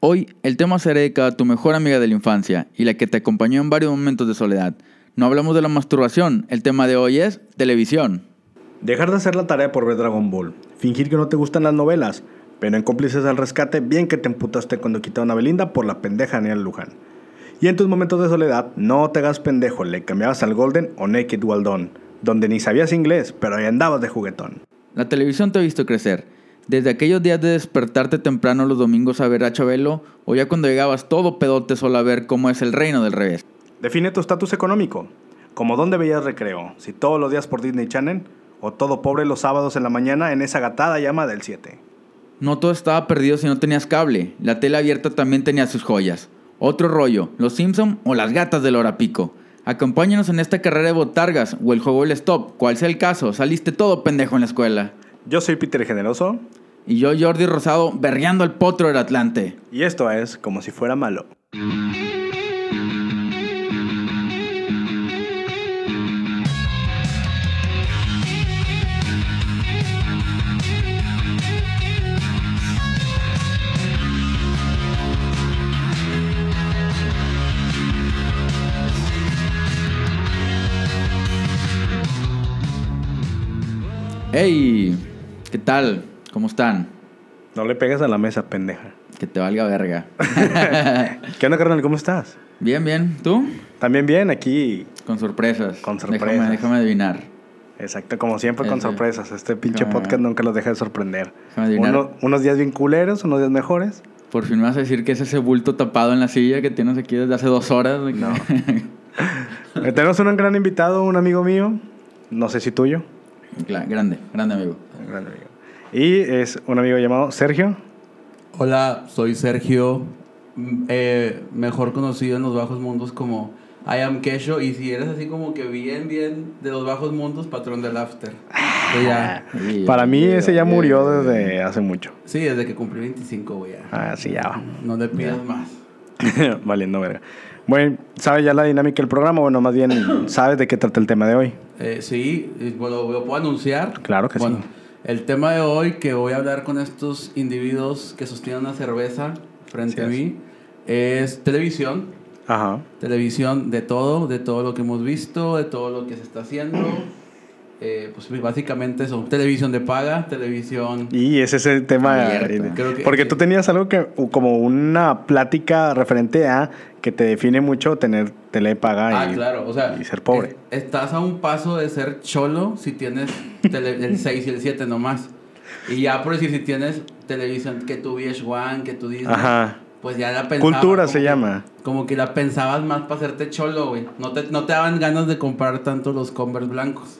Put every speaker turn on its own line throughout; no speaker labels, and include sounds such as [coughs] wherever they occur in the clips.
Hoy el tema se dedica a tu mejor amiga de la infancia y la que te acompañó en varios momentos de soledad. No hablamos de la masturbación, el tema de hoy es televisión.
Dejar de hacer la tarea por ver Dragon Ball. Fingir que no te gustan las novelas. Pero en cómplices al rescate, bien que te emputaste cuando quitaron a Belinda por la pendeja Daniel Luján. Y en tus momentos de soledad, no te hagas pendejo, le cambiabas al Golden o Naked Waldon, donde ni sabías inglés, pero ahí andabas de juguetón.
La televisión te ha visto crecer. Desde aquellos días de despertarte temprano los domingos a ver a Chabelo, o ya cuando llegabas todo pedote solo a ver cómo es el reino del revés.
Define tu estatus económico, como dónde veías recreo, si todos los días por Disney Channel, o todo pobre los sábados en la mañana en esa gatada llama del 7.
No todo estaba perdido si no tenías cable. La tele abierta también tenía sus joyas. Otro rollo, los Simpson o las gatas del hora pico. Acompáñanos en esta carrera de botargas o el juego del stop, cual sea el caso, saliste todo pendejo en la escuela.
Yo soy Peter Generoso,
Y yo, Jordi Rosado, berreando al potro del Atlante.
y esto es como si fuera malo.
¡Hey! ¿Qué tal? ¿Cómo están?
No le pegues a la mesa, pendeja.
Que te valga verga.
¿Qué onda, carnal? ¿Cómo estás?
Bien, bien. ¿Tú?
También bien, aquí.
Con sorpresas.
Con
Déjame-
sorpresas.
Déjame, adivinar.
Exacto, como siempre con
Ese.
sorpresas. Este pinche
Déjame-
podcast nunca los deja de sorprender.
Déjame adivinar.
Uno- unos días bien culeros, unos días mejores.
Por fin me vas a decir que es ese bulto tapado en la silla que tienes aquí desde hace dos horas. [laughs]
No. Eh, Tenemos un gran invitado, un amigo mío, no sé si tuyo.
Cla- grande, grande amigo.
un gran amigo. Y es un amigo llamado Sergio.
Hola, soy Sergio, m- eh, mejor conocido en los bajos mundos como I am Kesho. Y si eres así como que bien, bien de los bajos mundos, patrón del after. Yo ya-
Ah.
Sí,
Para mí
bien,
ese ya
bien,
murió
bien.
desde hace mucho.
sí, desde que cumplí 25, güey. ya.
Ah, sí, ya va. [laughs]
No le pidas más.
Valiendo verga. Bueno, ¿sabes ya la dinámica del programa? Bueno, más [coughs] bien, ¿sabes de qué trata el tema de hoy?
Eh, sí, y, bueno, lo puedo anunciar.
Claro que sí.
Bueno, El tema de hoy que voy a hablar con estos individuos que sostienen una cerveza frente a
Así es.
mí es televisión.
Ajá.
televisión, de todo, de todo lo que hemos visto, de todo lo que se está haciendo. Eh, pues básicamente son televisión de paga, televisión...
Y ese es el tema.
Abierto.
Creo que-
Porque tú tenías algo que, como una plática referente a que te define mucho tener tele paga
Ah,
y,
claro, o sea... eh,
y ser pobre.
es- estás a un paso de ser cholo si tienes
[laughs]
tele- el 6 y el 7 nomás. Y ya por decir, si tienes televisión, que tu VH1, que tu Disney...
Ajá.
Pues ya la pensabas...
Cultura
como
se
que-
llama.
Como que la pensabas más para hacerte cholo, güey. No te, no te daban ganas de comprar tanto los Converse blancos.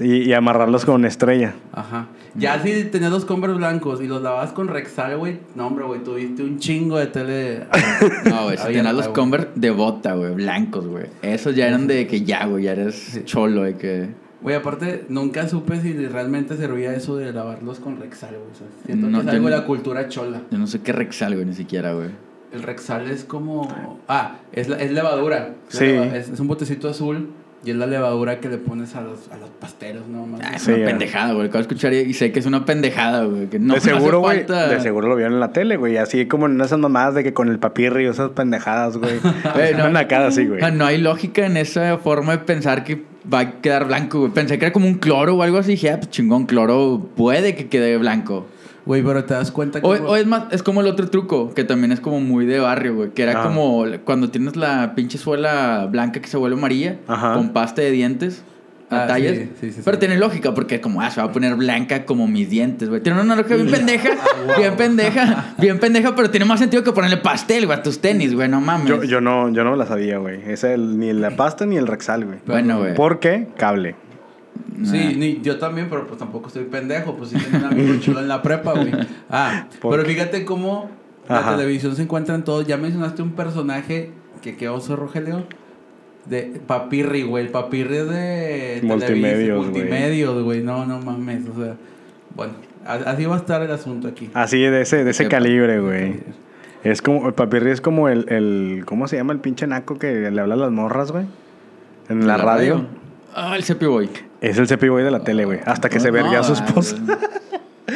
Y, y amarrarlos con estrella.
Ajá. Ya si tenías los Converse blancos y los lavabas con Rexal, güey. No, hombre, güey, tuviste un chingo de tele.
[laughs] No,
[laughs]
güey, si
Había
tenías
nada,
los
güey.
Converse de bota, güey, blancos, güey. Esos ya eran de que ya, güey, ya eres cholo, de que...
Güey, aparte, nunca supe si realmente servía eso de lavarlos con Rexal, güey. O sea, siento
No,
que
yo
es algo de
no-
la cultura chola.
Yo no sé qué Rexal, güey, ni siquiera, güey.
El Rexal es como. Ah, es, la- es levadura. Es
Sí.
leva- Es, es un botecito azul y es la levadura que le pones a los, a los pasteros, ¿no? Más
Ah, es
Sí,
una
ya.
pendejada, güey. Acabo de escuchar y- y sé que es una pendejada, güey. que no-
de
no
seguro,
hace
güey.
falta-
De seguro lo vieron en la tele, güey. Así como en esas mamadas de que con el papirri o esas pendejadas,
[laughs]
güey.
Güey, no.
Una nacada así, güey.
Ah, no hay lógica en esa forma de pensar que va a quedar blanco, güey. Pensé que era como un cloro o algo así. Dije, ah, pues chingón, cloro puede que quede blanco.
Güey, pero te das cuenta que.
O, o es más, es como el otro truco, que también es como muy de barrio, güey. Que era
Ah.
como cuando tienes la pinche suela blanca que se vuelve amarilla,
Ajá.
con pasta de dientes, la
Ah,
tallas.
sí, sí, sí,
pero
sí.
tiene lógica, porque como, ah, se va a poner blanca como mis dientes, güey. Tiene una lógica bien pendeja,
Ah,
bien pendeja, bien pendeja, pero tiene más sentido que ponerle pastel, güey, a tus tenis, güey, no mames.
Yo, yo no, yo no me la sabía, güey. Es el, ni la pasta ni el Rexal, güey.
Bueno, güey.
¿Por qué? Cable.
Sí, ni- yo también, pero pues tampoco estoy pendejo, pues sí tengo un amigo
[laughs]
chulo en la prepa, güey. Ah,
¿Por
pero
qué?
fíjate cómo la
Ajá.
televisión se encuentra en todo. Ya mencionaste un personaje que qué oso, Rogelio. De Papirri, güey. El Papirri de
Multimedios, güey.
Multimedios, güey. No, no mames. O sea, bueno, a- así va a estar el asunto aquí.
Así de ese, de ese
Qué
calibre, güey. Es como, el papirri es como el, el, ¿cómo se llama el pinche naco que le habla a las morras, güey? En la, radio.
Ah, el Cepi Boy.
Es el cepiboy de la tele, güey. Hasta que se
No,
vergue a su
[laughs] ah,
esposa. [laughs]
güey.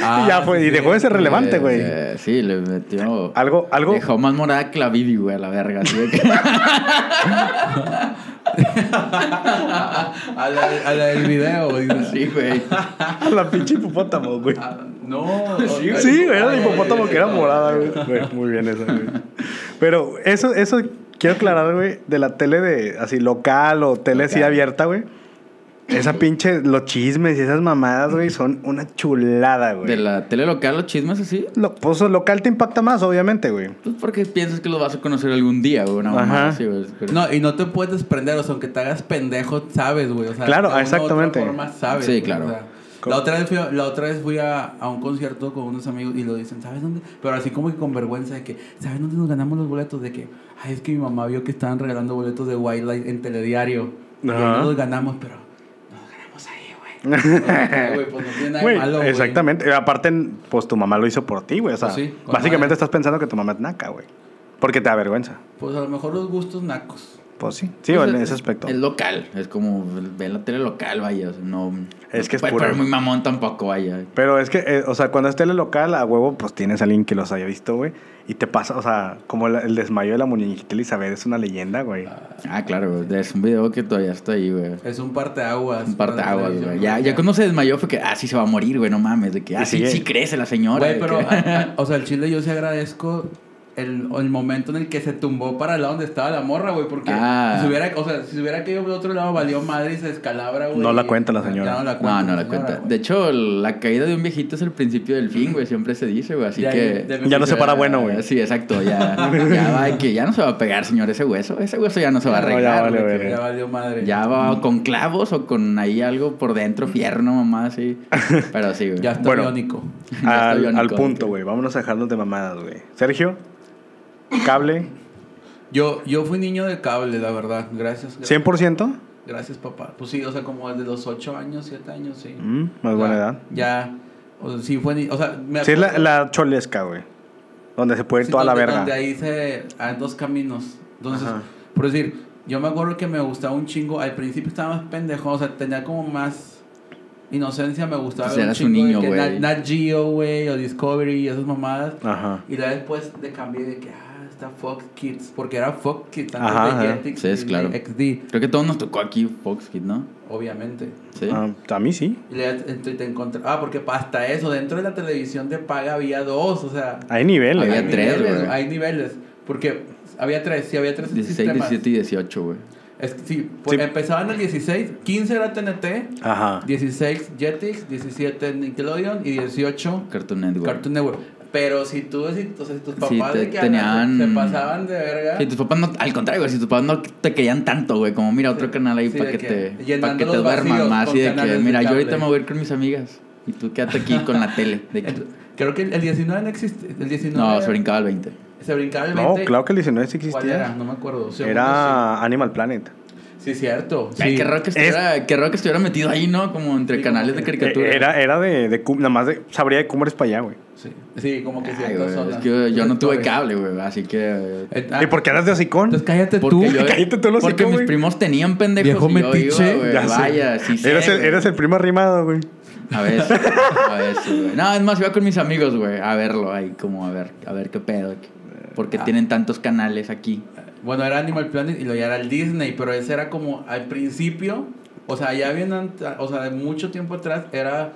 Ah,
[laughs] y ya fue, y
sí,
dejó de ser
sí,
relevante,
sí,
güey.
Eh, sí, le metió.
Algo, algo. [laughs]
Dejó más morada que la Bibi, güey, a la verga. así de que-
A la, a la del
[laughs]
video, güey.
sí, güey.
La pinche hipopótamo, güey.
Ah, No.
Sí,
o-
güey, era
Ay,
el
ay,
hipopótamo
ay,
que era
ay,
morada,
ay,
güey. Güey, Muy bien eso, güey. Pero eso, eso quiero aclarar, güey, de la tele de así local o tele así
Local.
abierta, güey. Esa pinche, los chismes y esas mamadas, güey, son una chulada,
De
güey.
la tele local, los chismes así.
Lo, pues local te impacta más, obviamente, güey.
Pues porque piensas que los vas a conocer algún día, güey. Una mamá
Ajá.
así, güey. Pero-
No, y no te puedes desprender, o sea, aunque te hagas pendejo, sabes, güey. O sea,
Claro,
de una u otra
exactamente.
forma sabes.
Sí,
güey,
claro.
o sea,
¿Cómo?
la otra, vez fui, a- la otra vez fui a, a un concierto con unos amigos y lo dicen, ¿sabes dónde? Pero así como que con vergüenza de que, ¿sabes dónde nos ganamos los boletos? De que, ay, es que mi mamá vio que estaban regalando boletos de Wildlife en Telediario. Y ahí
Ajá.
no los ganamos, pero nos los ganamos ahí,
[laughs]
güey. Güey, pues no tiene nada de
Güey,
malo, güey.
exactamente. Eh, Aparte, pues tu mamá lo hizo por ti, güey. O sea,
Pues sí, con
básicamente
madre.
estás pensando que tu mamá es naca, güey. Porque te avergüenza.
Pues a lo mejor los gustos nacos.
Pues sí. Sí,
Pues
en
es-
ese aspecto.
Es local. Es como ve la tele local, vaya. o sea, no.
Es que es
no te puedes
puro.
poner muy mamón tampoco, vaya.
Pero es que, eh, o sea, cuando es tele local, a huevo, pues tienes a alguien que los haya visto, güey. Y te pasa, o sea, como el, el desmayo de la muñequita Elizabeth es una leyenda, güey.
[laughs] Ah, claro, güey. Es un video que todavía está ahí, güey.
Es un parteaguas.
Un parteaguas,
Una
güey.
televisión,
Ya, ya cuando se desmayó fue que, ah, sí se va a morir, güey, no mames. De que, ah,
Y
sí,
sigue.
sí crece la señora.
Güey,
de
pero,
que-
a-
[laughs]
a- o sea, el chile yo sí agradezco el, el momento en el que se tumbó para el lado donde estaba la morra, güey, porque
Ah.
si hubiera, o sea, si hubiera caído por otro lado, valió madre y se descalabra, güey.
No la cuenta la
Ya
señora.
no la
[laughs]
cuenta.
No, no la
señora,
cuenta.
güey.
De hecho, la caída de un viejito es el principio del fin, güey. Siempre se dice, güey. Así
Ya,
que.
ya-
Ya no se para bueno, güey.
Ah, Sí, exacto. Ya, ya va, de que ya no se va a pegar, señor, ese hueso. Ese hueso ya no se va a
Ah, No, ya
arreglar.
vale,
güey.
güey.
Ya valió madre.
Ya va con clavos o con ahí algo por dentro, fierro, mamá, así. Pero sí, güey.
Ya está
Bueno.
biónico.
Ya estoy
Al, al
biónico,
punto,
ok.
güey. Vámonos a dejarnos de mamadas, güey. Sergio, cable,
Yo, yo fui niño de cable, la verdad. Gracias. gra-
100%.
Gracias, papá. Pues sí, o sea, como desde los 8 años, 7 años, sí.
Mm, más
O sea,
buena edad.
Ya. O sea, sí fue ni- O sea, me
Sí, es la,
acuerdo-
la cholesca, güey. Donde se puede ir
Sí,
toda la
donde-
verga.
Donde ahí se hay dos caminos. Entonces,
Ajá.
por decir, yo me acuerdo que me gustaba un chingo. Al principio estaba más pendejo, o sea, tenía como más inocencia, me gustaba
Pues
ver
eras un
chingo de
niño,
que
güey.
Nat, Nat Geo, güey, o Discovery y esas mamadas.
Ajá.
Y luego después le cambié de que, ah, está Fox Kids, porque era Fox Kids antes
Ajá,
de
ajá.
Jetix
Sí, es
y
claro.
XD,
Creo que todos nos tocó aquí Fox Kids, ¿no?
obviamente.
Sí.
Ah, a mí sí.
Y luego te, te encontré, ah, porque hasta eso, dentro de la televisión de paga había dos, o sea,
Hay niveles.
Había
güey.
tres.
niveles,
güey.
Hay niveles. Porque había tres, sí, había tres
16,
sistemas.
17 y 18, güey.
Es que sí, pues
Sí.
empezaban el 16, 15 era TNT,
Ajá.
16 Jetix, 17 Nickelodeon y 18
Cartoon Network.
Cartoon Network. Pero si tú, si, o sea, si tus
Sí,
papás
te-
de que "Ah,
tenían-
se pasaban de verga.
Si tus papás no, al contrario, güey, si tus papás no te querían tanto, güey, como mira otro
Sí.
canal ahí
Sí,
para
de
que,
que
te,
llenando
pa' que te
los
duermas
vacíos
más
con
y de
canales
que,
de
mira, yo
cable".
ahorita me voy a ir con mis amigas y tú quédate
[laughs]
aquí con la tele. De que-
El- creo que el 19 no existe. El 19
no, se brincaba el 20.
se brincaba el 20.
No, claro que el 19 sí
¿Cuál era?
existía.
No me acuerdo. Según yo
Era Animal Planet.
Sí, Sí, cierto. Sí.
Ay, qué, raro que estuviera, qué raro que estuviera metido ahí, ¿no? Como entre
Sí,
canales de
como que-
caricatura.
Eh, Era, era de, de cum- nada más de, sabría de cumbres para allá, güey.
Sí. Sí, como que
Ay,
ciertas
güey, es
zonas.
que yo, yo no tuve
Sectores.
cable, güey, así que...
Eh, ah,
¿Y por qué andas de hocicón?
Entonces [laughs] cállate tú.
Porque, yo-
Cállate tú el hocico,
porque mis
güey.
primos tenían pendejos
Viejo
y yo
metiche.
iba, güey,
Ya sé.
Vaya, sí sé,
eres, el,
güey.
eres el primo arrimado, güey.
A veces, a veces, güey. No, es más, iba con mis amigos, güey, a verlo ahí, como a ver, a ver qué pedo. Porque
Ah.
tienen tantos canales aquí.
Bueno, era Animal Planet y lo ya era el Disney, pero ese era como al principio, o sea, ya bien, ant- o sea, de mucho tiempo atrás era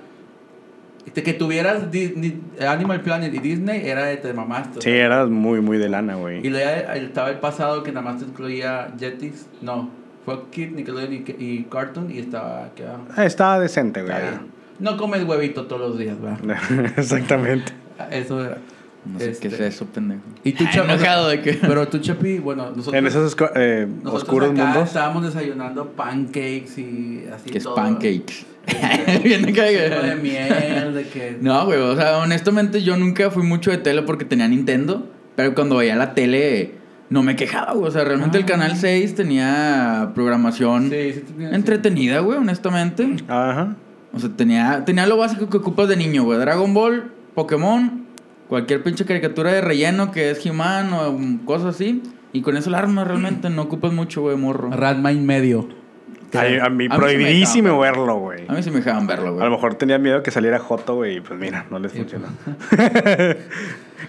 este, que tuvieras Disney- Animal Planet y Disney era de te mamaste. o
Sí,
sea.
eras muy, muy de lana,
Y
güey.
luego ya estaba el pasado que nada más te incluía Jetix, no, Fox Kid, Nickelodeon y, y Cartoon y estaba que ah,
Ah, Estaba decente, güey.
está
Ah.
bien. No comes huevito todos los días, ¿verdad?
[laughs] Exactamente.
Eso era.
No sé
Este,
qué es eso, pendejo.
Y tú,
Ay,
Chapi,
enojado de que...
Pero tú, Chapi, bueno, nosotros...
En esos oscu- eh,
Nosotros
oscuros
acá
mundos.
Estábamos desayunando pancakes y así.
Que es
todo.
pancakes. [laughs]
Eh,
Bien acá,
Chico de
[laughs] güey.
miel, de que.
[laughs] No, güey, o sea, honestamente yo nunca fui mucho de tele porque tenía Nintendo, pero cuando veía la tele no me quejaba, güey. O sea, realmente el canal 6 tenía programación
Ah. Sí, sí, sí.
entretenida, güey, honestamente.
Ajá.
O sea, tenía, tenía lo básico que ocupas de niño, güey. Dragon Ball, Pokémon, cualquier pinche caricatura de relleno que es He-Man o
[clears throat]
um, cosas así. Y con eso el arma realmente no ocupas mucho, güey, morro.
Ratma y medio.
Ay,
A
a mí
mí sí me
prohibidísimo
dejaban
verlo, güey.
A mí sí me dejaban verlo,
A lo
güey.
mejor tenía miedo que saliera Joto, güey, y pues mira, no les
Sí,
funcionó.
pues.
[laughs]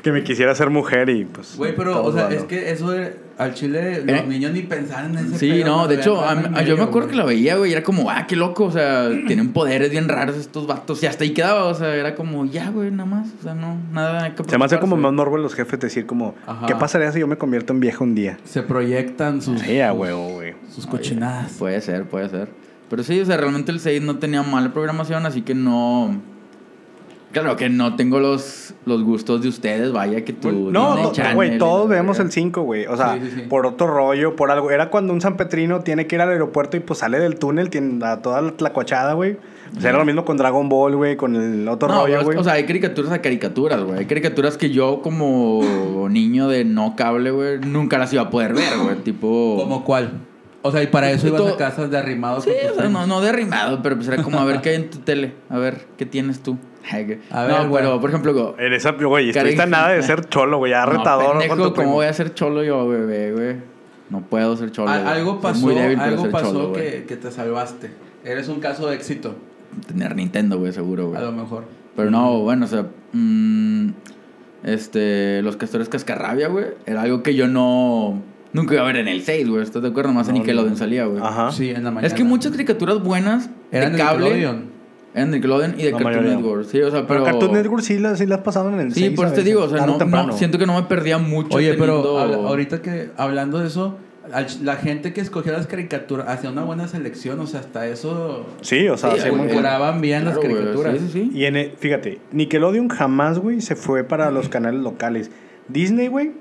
que me quisiera ser mujer y pues.
Güey, pero,
estamos
o sea,
dando.
es que eso era- al chile,
Era-
los niños ni pensaban en ese
Eh. Sí,
pedo,
no, de
le
hecho, a-
entraban
a-
en
yo me
medio,
acuerdo
güey.
que la veía, güey, y era como, ah, qué loco, o sea, [clears throat] tienen poderes bien raros estos vatos, y hasta ahí quedaba, o sea, era como, ya, güey, nada más, o sea, no, nada que
Se me hace como
preocuparse.
más normal los jefes decir como,
Ajá.
¿qué pasaría si yo me convierto en vieja un día?
Se proyectan sus.
Sí, a
sus-
huevo, güey.
Sus cochinadas.
Puede ser, puede ser. Pero sí, o sea, realmente el 6 no tenía mala programación, así que no... Claro que no tengo los, los gustos de ustedes, vaya que tú...
No,
Disney
no,
Channel y
güey, todos
la
vemos
verga.
el 5, güey. O sea,
Sí, sí, sí.
por otro rollo, por algo. Era cuando un San Petrino tiene que ir al aeropuerto y pues sale del túnel, tiene a toda la tlacuachada, güey. Pues era lo mismo con Dragon Ball, güey, con el otro
No,
rollo,
pero,
güey.
o sea, hay caricaturas a caricaturas, güey. Hay caricaturas que yo como niño de no cable, güey, nunca las iba a poder ver, güey. Tipo...
¿Como cuál? O sea, y para eso
Y
ibas
todo-
a casas de arrimados.
Sí,
con tus
o sea,
primos.
pues, no, no derrimado, pero pues era como a ver qué hay en tu tele, a ver qué tienes tú. [laughs] Ay, que-
A
no,
ver, güey.
pero por ejemplo, go-
en esa, güey, estuviste
Cari-
a nada de ser cholo, güey, ya
no,
retador.
pendejo,
con tu
¿cómo
primo.
voy a ser cholo yo, bebé, güey? No puedo ser cholo.
Al-
güey.
algo
Soy
pasó,
muy débil para
algo
ser
pasó
cholo, güey.
que, que te salvaste. Eres un caso de éxito,
Tener Nintendo, güey, seguro,
a lo
güey.
mejor.
Pero no, bueno, o sea, mm, este, los castores cascarrabia, güey, era algo que yo no, nunca iba a ver en el 6, güey, ¿estás de acuerdo? Más en
No,
Nickelodeon
no.
salía, güey.
Ajá.
Sí, en la mañana.
Es que muchas caricaturas buenas
eran
de
de
cable
Nickelodeon.
eran de Nickelodeon y de
La
Cartoon
mayoría.
Network, sí, o sea,
Pero
pero...
Cartoon Network sí las, sí las pasaban en el
Sí,
seis
por
a
eso te
veces,
digo, o sea,
tarde
no,
temprano.
no- siento que no me perdía mucho.
Oye, pero
teniendo-
habla- ahorita que hablando de eso, al- la gente que escogía las caricaturas hacía una buena selección, o sea, hasta eso
Sí, o sea,
Sí,
hacían
güey,
un-
era-
curaban bien las
Claro, güey,
caricaturas.
Sí, sí, sí.
Y en el- fíjate, Nickelodeon jamás, güey, se fue para los canales locales. Disney, güey,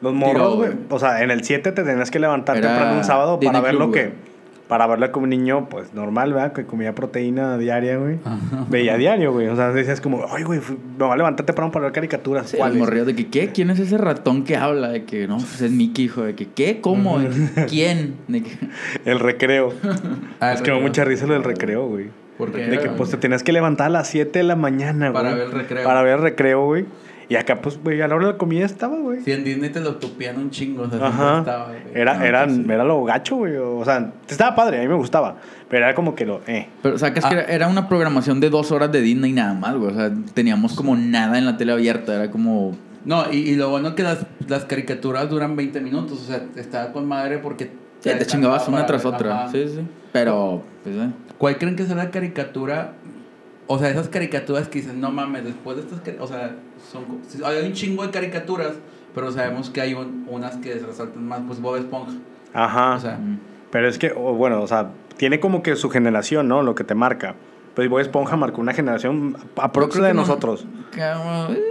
los morros, güey.
güey.
O sea, en el 7 te tenías que levantar
Era
temprano un sábado para
Disney
ver lo
Club,
que.
güey.
Para verlo como un niño, pues normal, ¿verdad? Que comía proteína diaria, güey.
Ajá.
Veía diario, güey. O sea, decías como, ay, güey, fui- me voy a levantar temprano para ver caricaturas.
Sí, los
¿Cuáles?
morrillos de que, ¿qué? ¿Quién es ese ratón que habla? De que, no, pues es Mickey, hijo. De que, ¿qué? ¿Cómo? De que, [laughs] ¿Quién? De que, [laughs]
El
[laughs]
recreo.
Ah,
es que me da
recreo.
mucha risa lo del recreo, güey.
Porque
De
era-
que pues te tenías que levantar a las 7 de la mañana, güey.
Para ver el recreo.
Para ver el recreo, güey. Y acá, pues, güey, a la hora de la comida estaba, güey.
Sí, en Disney te lo tupían un chingo, o sea, siempre
Ajá.
estaba, güey.
Era,
No,
era,
pues,
era lo gacho, güey. O sea, estaba padre, a mí me gustaba. Pero era como que lo, eh.
Pero sacas
Ah.
que era, era una programación de dos horas de Disney nada más, güey. O sea, teníamos como nada en la tele abierta. Era como...
No, y, y lo bueno que las, las caricaturas duran 20 minutos, o sea, estaba con madre porque...
sí, te chingabas una tras otra.
Ajá.
Sí, sí. Pero, pues, eh.
¿Cuál creen que sea la caricatura? O sea, esas caricaturas que dicen, no mames, después de estas... cari- O sea, son, co- sí, hay un chingo de caricaturas, pero sabemos que hay un- unas que resaltan más, pues Bob Esponja.
Ajá.
O sea,
mm.
pero es que, o bueno, o sea, tiene como que su generación, ¿no? Lo que te marca. Pues Bob Esponja marcó una generación
Yo creo
aproximadamente de
que no-
nosotros.
Como, eh,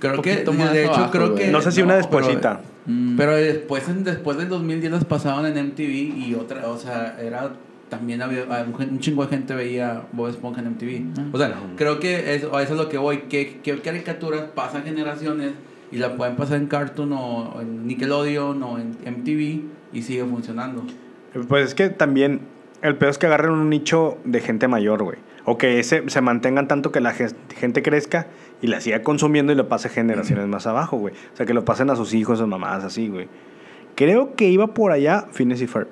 creo que...
poquito
De,
más
hecho,
abajo,
creo
güey.
que...
No sé si una
Eh, pero-
despuesita.
mm.
Pero después, en- después del 2010 las pasaban en MTV y otra, o sea, era también había, ah, un gen- un chingo de gente veía Bob Esponja en MTV.
Mm.
O sea,
Mm.
creo que es, a eso es lo que voy, que, que caricaturas pasan generaciones y la pueden pasar en Cartoon o en Nickelodeon o en MTV y sigue funcionando.
Pues es que también el peor es que agarren un nicho de gente mayor, güey. O que ese, se mantengan tanto que la gen- gente crezca y la siga consumiendo y lo pase generaciones más abajo, güey. O sea, que lo pasen a sus hijos, a sus mamás, así, güey. Creo que iba por allá Phineas y Ferb.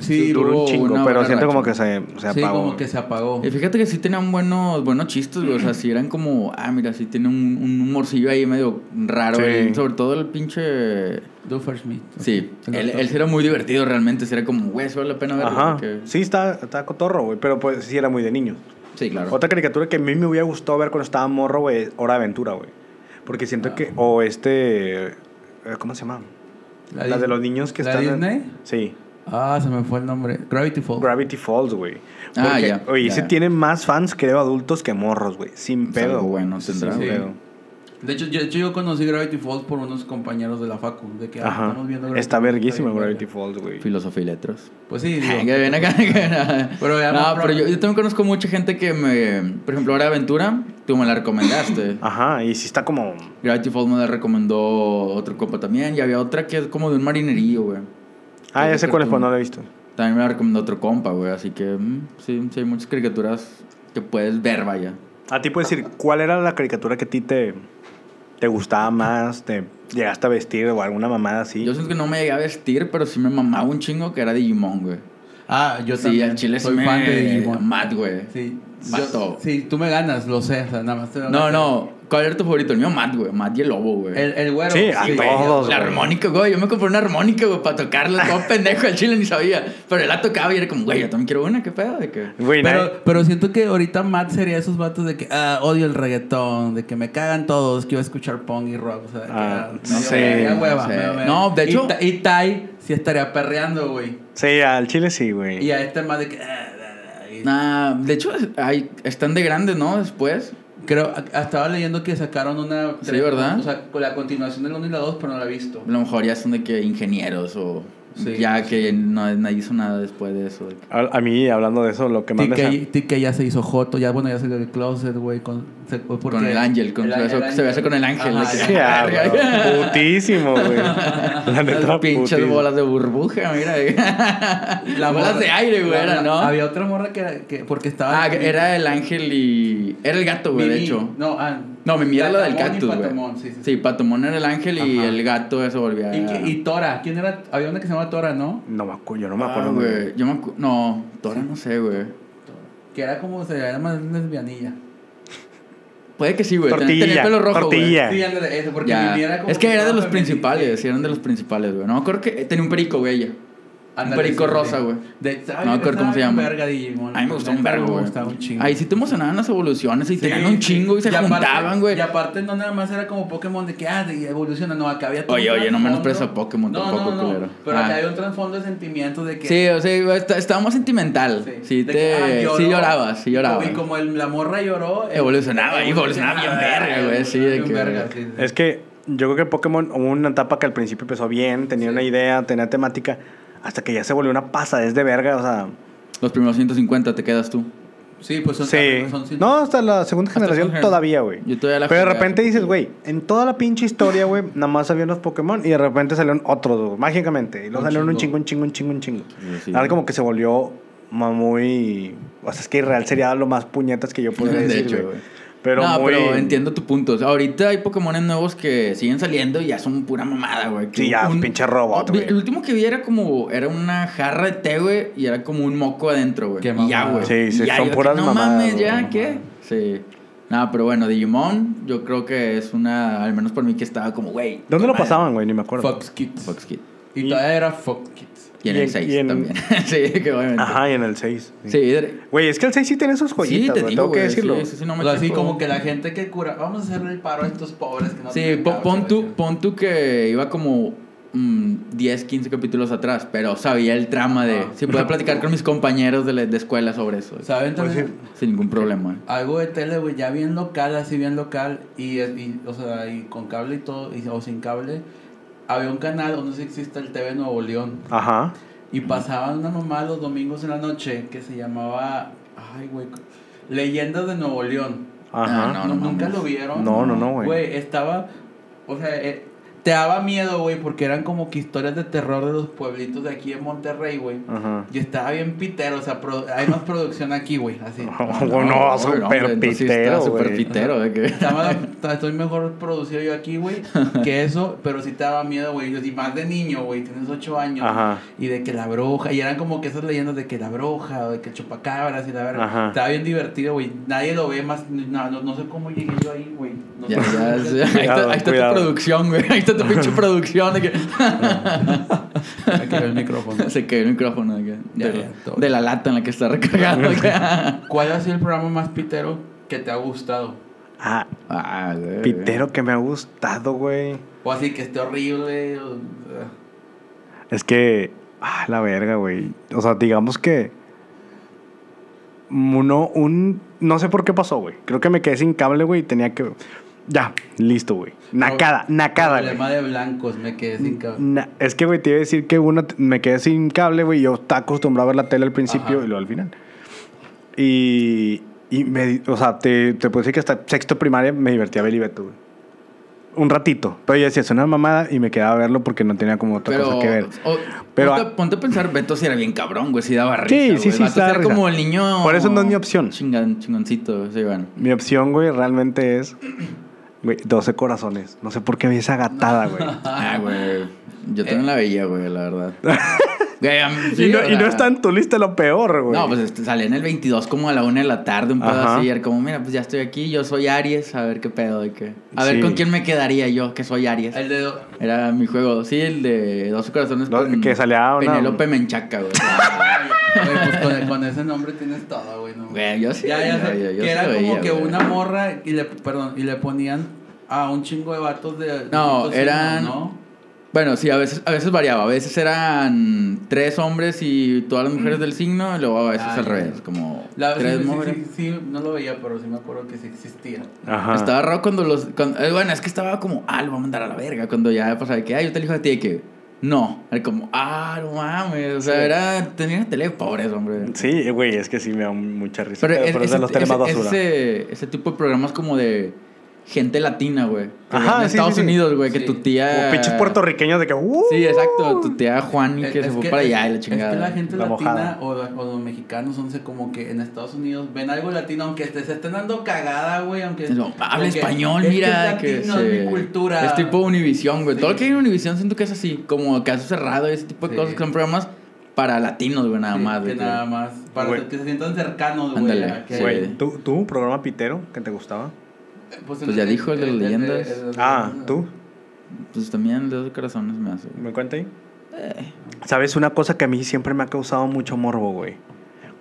Sí,
Sí,
Duró
hubo
un chingo,
una
pero
buena
siento como que
racha.
se, se
sí,
apagó.
como que se apagó.
Y fíjate que sí tenían buenos, buenos chistes, güey. O sea, sí eran como, ah, mira, sí tiene un, un humorcillo ahí medio raro.
Sí.
güey. Sobre todo el pinche.
Doofenshmirtz.
Sí,
El
él,
doctor.
él sí era muy divertido realmente. Sí era como, güey, eso vale la pena verlo.
Ajá.
porque-
Sí, está, está cotorro, güey. Pero pues sí era muy de niños.
Sí, claro.
Otra caricatura que a mí me hubiera gustado ver cuando estaba morro, güey, es Hora de Aventura, güey. Porque siento
Ah.
que. O este. eh, ¿Cómo se llama?
La
La,
Dis-
de los niños que
¿La
están. en-
Disney?
Sí.
Ah, se me fue el nombre. Gravity Falls.
Gravity Falls, güey.
Ah,
Porque,
ya,
Oye,
ya,
ese
ya.
tiene más fans, creo, adultos que morros, güey. Sin
Es
pedo.
algo bueno
güey.
tendrá,
Sin
güey.
pedo.
De hecho, yo, de hecho, yo conocí Gravity Falls por unos compañeros de la facu, de que ah,
Ajá.
estamos viendo
Está
Falls,
verguísima
bien
Gravity
verga.
Falls, güey.
Filosofía y letras.
Pues
[laughs]
sí, digo,
Que ven acá.
Pero
Pero
ya
no, pero
más
yo,
probable.
yo también conozco mucha gente que me. Por ejemplo, Hora de Aventura, tú me la recomendaste.
Ajá, y sí está como.
Gravity Falls me la recomendó otro compa también. Y había otra que es como de un marinerío, güey.
Ah, ya sé
Creo
cuál es,
que
pero
tú-
no lo he visto.
También me la recomendó otro compa, güey. Así que mm, sí, sí, hay muchas caricaturas que puedes ver, vaya.
A ti puedes decir, ¿cuál era la caricatura que a ti te, te gustaba más? ¿Te llegaste a vestir o alguna mamada así?
Yo siento que no me llegué a vestir, pero sí me mamaba un chingo que era Digimon, güey.
Ah, yo
Sí,
también.
al chile sí
soy fan de
me...
Digimon.
Mad, güey.
Sí,
Vato.
yo, sí, tú me ganas, lo sé. o sea, nada más te
No, no. ¿Cuál era tu favorito? El mío, Matt, güey. Matt y el lobo, güey.
El, el güero.
Sí, a todos.
La
güey.
armónica, güey. Yo me compré una armónica, güey, para tocarla.
[laughs]
Todo pendejo, al chile ni sabía. Pero él la tocaba y era como, güey, yo también quiero una, ¿qué pedo? ¿De qué?
Güey, nadie-
Pero, pero siento que ahorita Matt sería esos vatos de que ah, odio el reggaetón, de que me cagan todos, que iba a escuchar punk y rock. O sea, de que,
Ah,
ah,
no
me
sé,
daría
no
hueva,
sé.
me daría
No, de
Y
hecho-
Ta- Y, Tai sí estaría perreando, güey.
Sí, al chile sí,
Y
güey.
a este más de que. ah, ah, ah, y-
Nah, de hecho, hay- están de grandes, ¿no? Después.
Creo, a- estaba leyendo que sacaron una.
Sí, ¿verdad?
O sea, con la continuación del 1 y la 2, pero no la he visto.
A lo mejor ya son de que ingenieros o.
Sí.
ya que no, no hizo nada después de eso. de que-
A, a mí, hablando de eso, lo que más me... sa-
TK, TK ya se hizo Joto, ya bueno, ya salió del closet, güey. Con, se- porque-
Con el ángel, con
el-
se besó-
el
se besó con el ángel,
Ajá,
de [laughs] que-
Sí, ah, güey, putísimo, güey. La neta,
Las pinches
putísimo.
bolas de burbuja, mira.
La
bolas
morra-
de aire, güey,
la-
era,
la-
¿no?
Había otra morra que, era- que porque
[laughs]
estaba.
Ah, era el ángel y. Era el gato, güey, de
Mimi.
hecho.
No, ah,
No, mi mierda del
Patamón y
cactus, güey.
Patamón, Sí, sí, sí.
Sí, Ah. Patomón era el ángel y
Ajá.
el gato se volvía.
Y, que- y Tora, ¿quién era? Había una que se llamaba Tora, ¿no?
No me acuerdo, yo no me
Ah,
acuerdo, güey.
güey. Yo me acu- No, Tora no sé, güey.
Que era como se era más lesbianilla.
Puede que sí, güey. Ten-
Tortilla,
Tenía el pelo rojo,
tortilla.
güey.
Ya.
Sí, ándale, eso, porque
Ya.
Mimi era como.
Es que era de los
feminista.
principales, sí, eran de los principales, güey. No, creo que tenía un perico, güey, ella.
Ándale,
un perico
sí, sí.
rosa, güey.
De- ay,
No me acuerdo cómo se
estaba
llama.
verga Digimon.
A mí me gustó un
Neta,
vergo,
me
güey.
gustaba un chingo.
Ahí sí te emocionaban las evoluciones y
Sí,
tenían un chingo y se
aparte-
juntaban, güey.
Y aparte no nada más era como Pokémon de que, ah, de- evoluciona, no, acá había todo
Oye,
un
oye, no
trasfondo.
menosprecia a Pokémon
No,
tampoco,
no, no,
culero.
Pero
Ah.
acá había un trasfondo de sentimientos de que...
Sí, o sea, güey, está- estaba más sentimental.
de
Sí,
que,
te,
ah, lloró.
sí llorabas, sí llorabas.
Y como el- la morra lloró... eh,
Evolucionaba, y evolucionaba bien verga, güey, sí, de que-
Bien verga, sí, sí.
Es que yo creo que Pokémon hubo una etapa que al principio empezó bien, tenía
Sí.
una idea, tenía temática, hasta que ya se volvió una pasa desde verga, o sea...
Los primeros 150 te quedas tú.
Sí, pues son...
sí.
son- son-
no, hasta la segunda
Hasta
generación
segunda
todavía, güey.
Yo todavía la
Pero de
jugué hace
repente dices,
poquillo.
güey, en toda la pinche historia, güey, nada más salieron los Pokémon y de repente salieron otros, güey, mágicamente. Y luego
Un
salieron un chingo,
chingo.
un chingo, un chingo, un chingo.
Sí, sí.
Ahora como que se volvió ma- muy... O sea, es que real sería lo más puñetas que yo
[laughs]
podría
De
decir,
hecho,
güey.
güey.
Pero
no,
muy...
pero entiendo tu punto. O sea, ahorita hay Pokémones nuevos que siguen saliendo y ya son pura mamada, güey. Que
Sí, ya, pinche robot,
vi-
güey.
El último que vi era como... Era una jarra de té, güey, y era como un moco adentro, güey.
Qué
Y ya,
mamada.
güey.
Sí, sí,
Y ya,
son
yo que,
puras
no
mamadas,
mames,
güey,
¿ya
mamada.
qué? Sí. Nada, pero bueno, Digimon yo creo que es una... Al menos para mí que estaba como, güey...
¿Dónde
con
lo
madre.
pasaban, güey? Ni me acuerdo.
Fox Kids.
Fox Kids.
Y todavía era Fox Kids.
Y en
Y en-
el
y
6
en-
también. [laughs] sí, que obviamente.
Ajá, y en el 6.
Sí, de-
Güey, es que el 6 sí tiene sus joyitas,
sí, te
güey,
digo,
tengo que
güey,
decirlo.
Sí, sí, sí, no me
O sea, así
checo.
como que la gente que cura... Vamos a hacerle el paro a estos pobres que no
Sí,
tienen
po-
cabeza,
pon,
güey.
tú, pon tú que iba como mm, 10, 15 capítulos atrás, pero sabía el trama de...
Ah.
Si podía platicar con mis compañeros de, la- de escuela sobre eso.
¿Saben
Pues
también?
sí.
Sin ningún problema.
Algo de tele, güey, ya bien local, así bien local, y, y, o sea, y con cable y todo, y- o sin cable, había un canal, no sé si existe el TV Nuevo León,
Ajá.
y pasaban una mamá los domingos en la noche que se llamaba, ay, güey, Leyendas de Nuevo León.
Ajá.
No, no
¿Nunca
mames.
lo vieron?
No, no, no, güey.
Güey, estaba, o sea, eh, te daba miedo, güey, porque eran como que historias de terror de los pueblitos de aquí en Monterrey, güey.
Ajá.
Y estaba bien pitero, o sea, pro- hay más producción aquí, güey,
[laughs]
así.
No, no,
güey, hombre,
super
entonces sí está
pitero,
Super
güey.
pitero, de que... [laughs]
Está más- está- estoy mejor producido yo aquí, güey, que eso, pero sí te daba miedo, güey. Y más de niño, güey, tienes ocho años.
Ajá.
Y de que la bruja, y eran como que esas leyendas de que la bruja, o de que el chupacabras y la verga.
Ajá.
Estaba bien divertido, güey. Nadie lo ve más, no, no, no sé cómo llegué yo ahí, güey. No
Ya,
sé.
[laughs]
ya, sí. ahí, está, ahí está
Cuidado.
tu producción, güey. Ahí está tu pinche producción. De que... [laughs]
Me quedó el micrófono.
Se cayó el micrófono. De, que...
Ya,
de,
ya, todo.
de la lata en la que está
[laughs]
recargado. de que-
[laughs] ¿Cuál ha sido el programa más pitero que te ha gustado?
Ah,
ah, güey.
pitero que me ha gustado, güey.
O así que esté horrible. o- ah,
Es que. Ah, la verga, güey. O sea, digamos que. Uno, un. No sé por qué pasó, güey. Creo que me quedé sin cable, güey. y Tenía que. Ya, listo, güey. Nacada, nacada, güey.
Problema de blancos, me quedé
Mm,
sin cable.
Na- es que, güey, te iba a decir que una, me quedé sin cable, güey. Yo estaba acostumbrado a ver la tele al principio
Ajá.
y luego al final. Y, y me, di- o sea, te, te puedo decir que hasta sexto primaria me divertía ver Beto, güey. Un ratito. Pero yo decía, es una mamada y me quedaba a verlo porque no tenía como otra cosa que ver.
o-
Pero-
ponte, ponte a pensar, Beto si era bien cabrón, güey, si daba risa.
Sí, sí,
güey.
sí,
El vato
sí daba
era
risa.
como el niño.
Por eso no es mi opción.
Chingan, chingoncito, sí, bueno.
Mi opción, güey, realmente es, güey, 12 corazones.
[laughs]
No sé por qué vi esa gatada, güey. [laughs]
Ah, güey. Yo también la veía, güey, la verdad. Güey, a mí- sí,
y, no,
o
y no
sea,
está en tu lista lo peor, güey.
No, pues este, salí en el 22 como a la 1 de la tarde, un pedo
Ajá.
así. y era como, mira, pues ya estoy aquí, yo soy Aries, a ver qué pedo. De qué. A ver
Sí.
con quién me quedaría yo, que soy Aries.
El dedo.
Era mi juego, sí, el de 12 corazones.
No, que salía una-
Penelope Menchaca,
[laughs]
güey.
Güey, pues con, con ese nombre tienes todo, güey. No,
Güey, yo sí,
Ya, ya
yo-
sé,
yo- yo
que
sí
era
lo
como
veía,
que
güey.
una morra y le, perdón, y le ponían a un chingo de vatos de.
No,
distintos
eran-
signos, ¿no?
Bueno, sí, a veces, a veces variaba. A veces eran tres hombres y todas las mujeres del signo, y luego a veces
Mm. Ah,
al
ya.
revés, como
La,
tres
sí, sí,
mujeres.
sí, sí, no lo veía, pero sí me acuerdo que sí existía.
Ajá.
Estaba raro cuando los. cuando- eh, bueno, es que estaba como, ah, lo voy a mandar a la verga. Cuando ya pasaba de que, ah, yo te elijo a ti, de que, no. Era como, ah, no mames. O sea,
Sí.
era. Tenía tele de pobres, hombre.
Sí, güey, es que sí me da mucha risa.
Pero,
Pero,
es-
pero es de
ese-
los temas
ese-
basura.
Ese, ese tipo de programas como de gente latina, güey. Que
Ajá,
ven en
sí,
Estados
sí, sí.
Unidos, güey, que
Sí.
tu tía.
Como pinches puertorriqueños de que. "Uh".
Sí, exacto. Tu tía Juan que
Eh, Es-
se
es
fue para allá y la
es-
chingada.
Es que la gente
La mojada.
latina o, la- o los mexicanos, no sé, como que en Estados Unidos ven algo latino, aunque te se estén dando cagada, güey, aunque...
No, habla
porque
español,
es que
mira.
es latino,
que
es
se-
mi cultura.
Es tipo Univisión, güey.
Sí.
Todo lo que hay en Univisión siento que es así, como caso cerrado y ese tipo de
Sí.
cosas que son programas para latinos, güey, nada
Sí,
más,
Que
güey.
nada más. Para
Güey.
que se sientan cercanos, güey.
Ándale,
a que- pues,
sí.
Güey, ¿tú, ¿tú un programa pitero que te gustaba?
Pues ya dijo el de las leyendas.
Ah,
[laughs]
¿tú?
Pues también de dos corazones me hace. güey.
¿Me cuenta ahí? Eh. ¿Sabes una cosa que a mí siempre me ha causado mucho morbo, güey?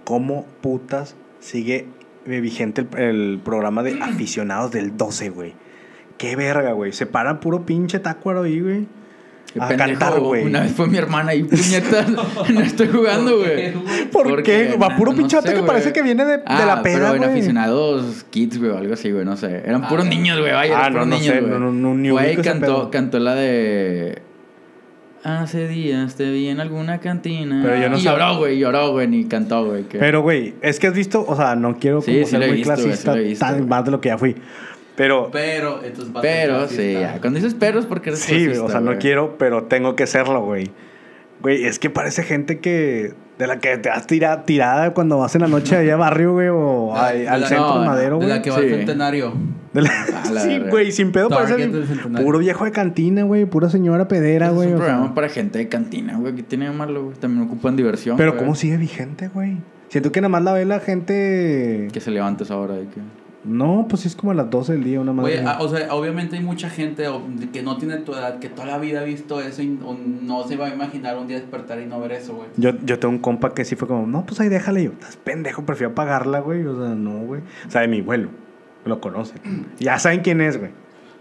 ¿Cómo putas sigue vigente el, el programa de aficionados del 12, güey? Qué verga, güey. Se paran puro pinche tácuaro ahí, güey.
Qué
A
pendejo,
cantar, güey.
Una vez fue mi hermana y
[laughs]
puñetas. [laughs] no estoy jugando, güey.
¿Por
Porque,
qué? Va
na-
puro
no
pinche vato
sé,
que
güey.
parece que viene de, de
Ah,
la peda,
pero en
güey.
aficionados kids, güey, o algo así, güey, no sé. Eran
Ah,
puros niños, güey, vaya,
Ah,
eran puros
no, no
niños,
sé,
güey.
no, no, no, ni
Güey,
ubico ese
cantó,
pedo.
cantó la de... Hace días te vi en alguna cantina.
Pero yo no
y
sab-
lloró, güey, lloró, güey, ni cantó, güey. que-
Pero, güey, es que has visto, o sea, no quiero
Sí,
como
sí
ser
lo he
muy
visto, güey, sí
clasista,
lo he visto,
tan-
güey.
más de lo que ya fui. Pero,
Pero, entonces va a ser
Pero,
clasista.
sí, ya. Cuando dices pero es porque eres
Sí,
clasista,
o sea, no
güey.
quiero, pero tengo que serlo, güey. Güey, es que parece gente que. De la que te das tira- tirada cuando vas en la noche allá a barrio, güey,
[laughs]
o
la-
a-
de
al
la-
centro
no, no,
madero,
De
güey.
la que va al
Sí.
centenario.
De la- [laughs]
Ah, la
sí,
verga.
güey, sin pedo
Target
parece.
del centenario.
Puro viejo de cantina, güey, pura señora pedera,
Ese
güey.
Es un
o sea.
programa para gente de cantina, güey, que tiene de malo, güey. También ocupan diversión,
Pero,
güey.
¿cómo sigue vigente, güey? Siento que nada más la ve la gente.
Que se levantes ahora, de que...
No, pues sí es como a las 12 del día, una madre.
Oye, ah, o sea, obviamente hay mucha gente o- que no tiene tu edad, que toda la vida ha visto eso y o no se va a imaginar un día despertar y no ver eso, güey.
Yo, yo tengo un compa que sí fue como, no, pues ahí déjale. Y yo, estás pendejo, prefiero apagarla, güey. O sea, no, güey. O sea, de mi abuelo. Lo conoce. Ya saben quién es, güey.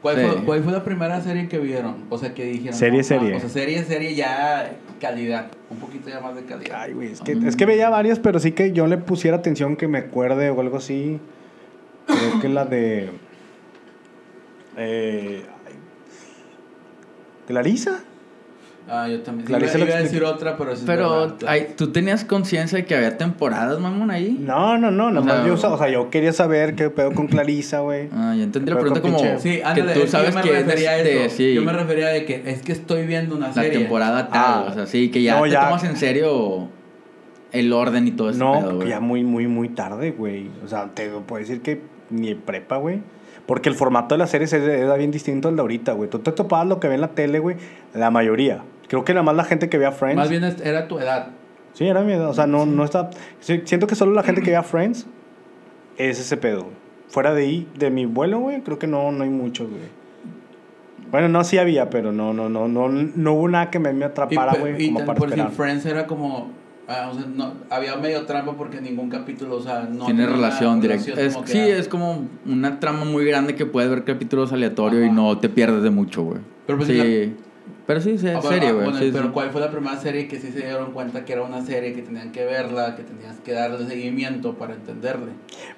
¿Cuál,
Sí.
fue, cuál fue la primera serie que vieron? O sea, que dijeron.
Serie,
"No, ma",
serie.
O sea, serie, serie ya calidad. Un poquito ya más de calidad.
Ay, güey. Es que, es que veía varias, pero sí que yo le pusiera atención que me acuerde o algo así. Creo que la de. Eh, ay, ¿De la Lisa?
Ah, yo también. Sí,
Clarisa
iba,
lo
iba a decir
explica.
otra, pero sí. es
Pero,
verdad.
ay, ¿tú tenías conciencia de que había temporadas, mamón, ahí?
No, no, no. Nada más
No.
yo, sa- o sea, yo quería saber qué pedo con Clarisa, güey.
Ah, ya entendí la
Pero
pregunta
con
como
pinche-
Sí,
que
ándale, es
tú sabes
yo me
que es
refería a
este,
eso.
sí,
Yo me refería de que es que estoy viendo una
la
serie.
temporada tal,
Ah.
o sea, sí, que ya
No,
te
ya.
tomas en serio el orden y todo eso.
No,
pedo, güey.
ya muy, muy, muy tarde, güey. O sea, te puedo decir que ni prepa, güey. Porque el formato de las series es- era bien distinto al de ahorita, güey. Tú te topabas lo que ve en la tele, güey. La mayoría. Creo que nada más la gente que vea Friends.
Más bien es- era tu edad.
Sí, era mi edad. O sea, no, no está. sí, Siento que solo la gente que vea Friends es ese pedo. güey. Fuera de ahí, de mi vuelo, güey, creo que no, no hay muchos, güey. Bueno, no, sí había, pero no, no, no, no, no hubo nada que me, me
Y,
atrapara,
pe-
güey,
y
como
tan-
para
por
esperar.
decir, Friends era como. ah, o sea, no, había medio trampa porque ningún capítulo, o sea, no.
tiene
una
relación directa. Es-
como que
sí,
era-
es como una trama muy grande que puedes ver capítulos aleatorios y
Ajá.
no te pierdes de mucho, güey.
Pero pues
sí.
la-
Pero sí, sí,
Ah,
es
bueno,
serio,
ah,
güey.
bueno,
sí,
pero
sí.
¿cuál fue la primera serie que sí se dieron cuenta que era una serie que tenían que verla, que tenías que darle seguimiento para entenderle?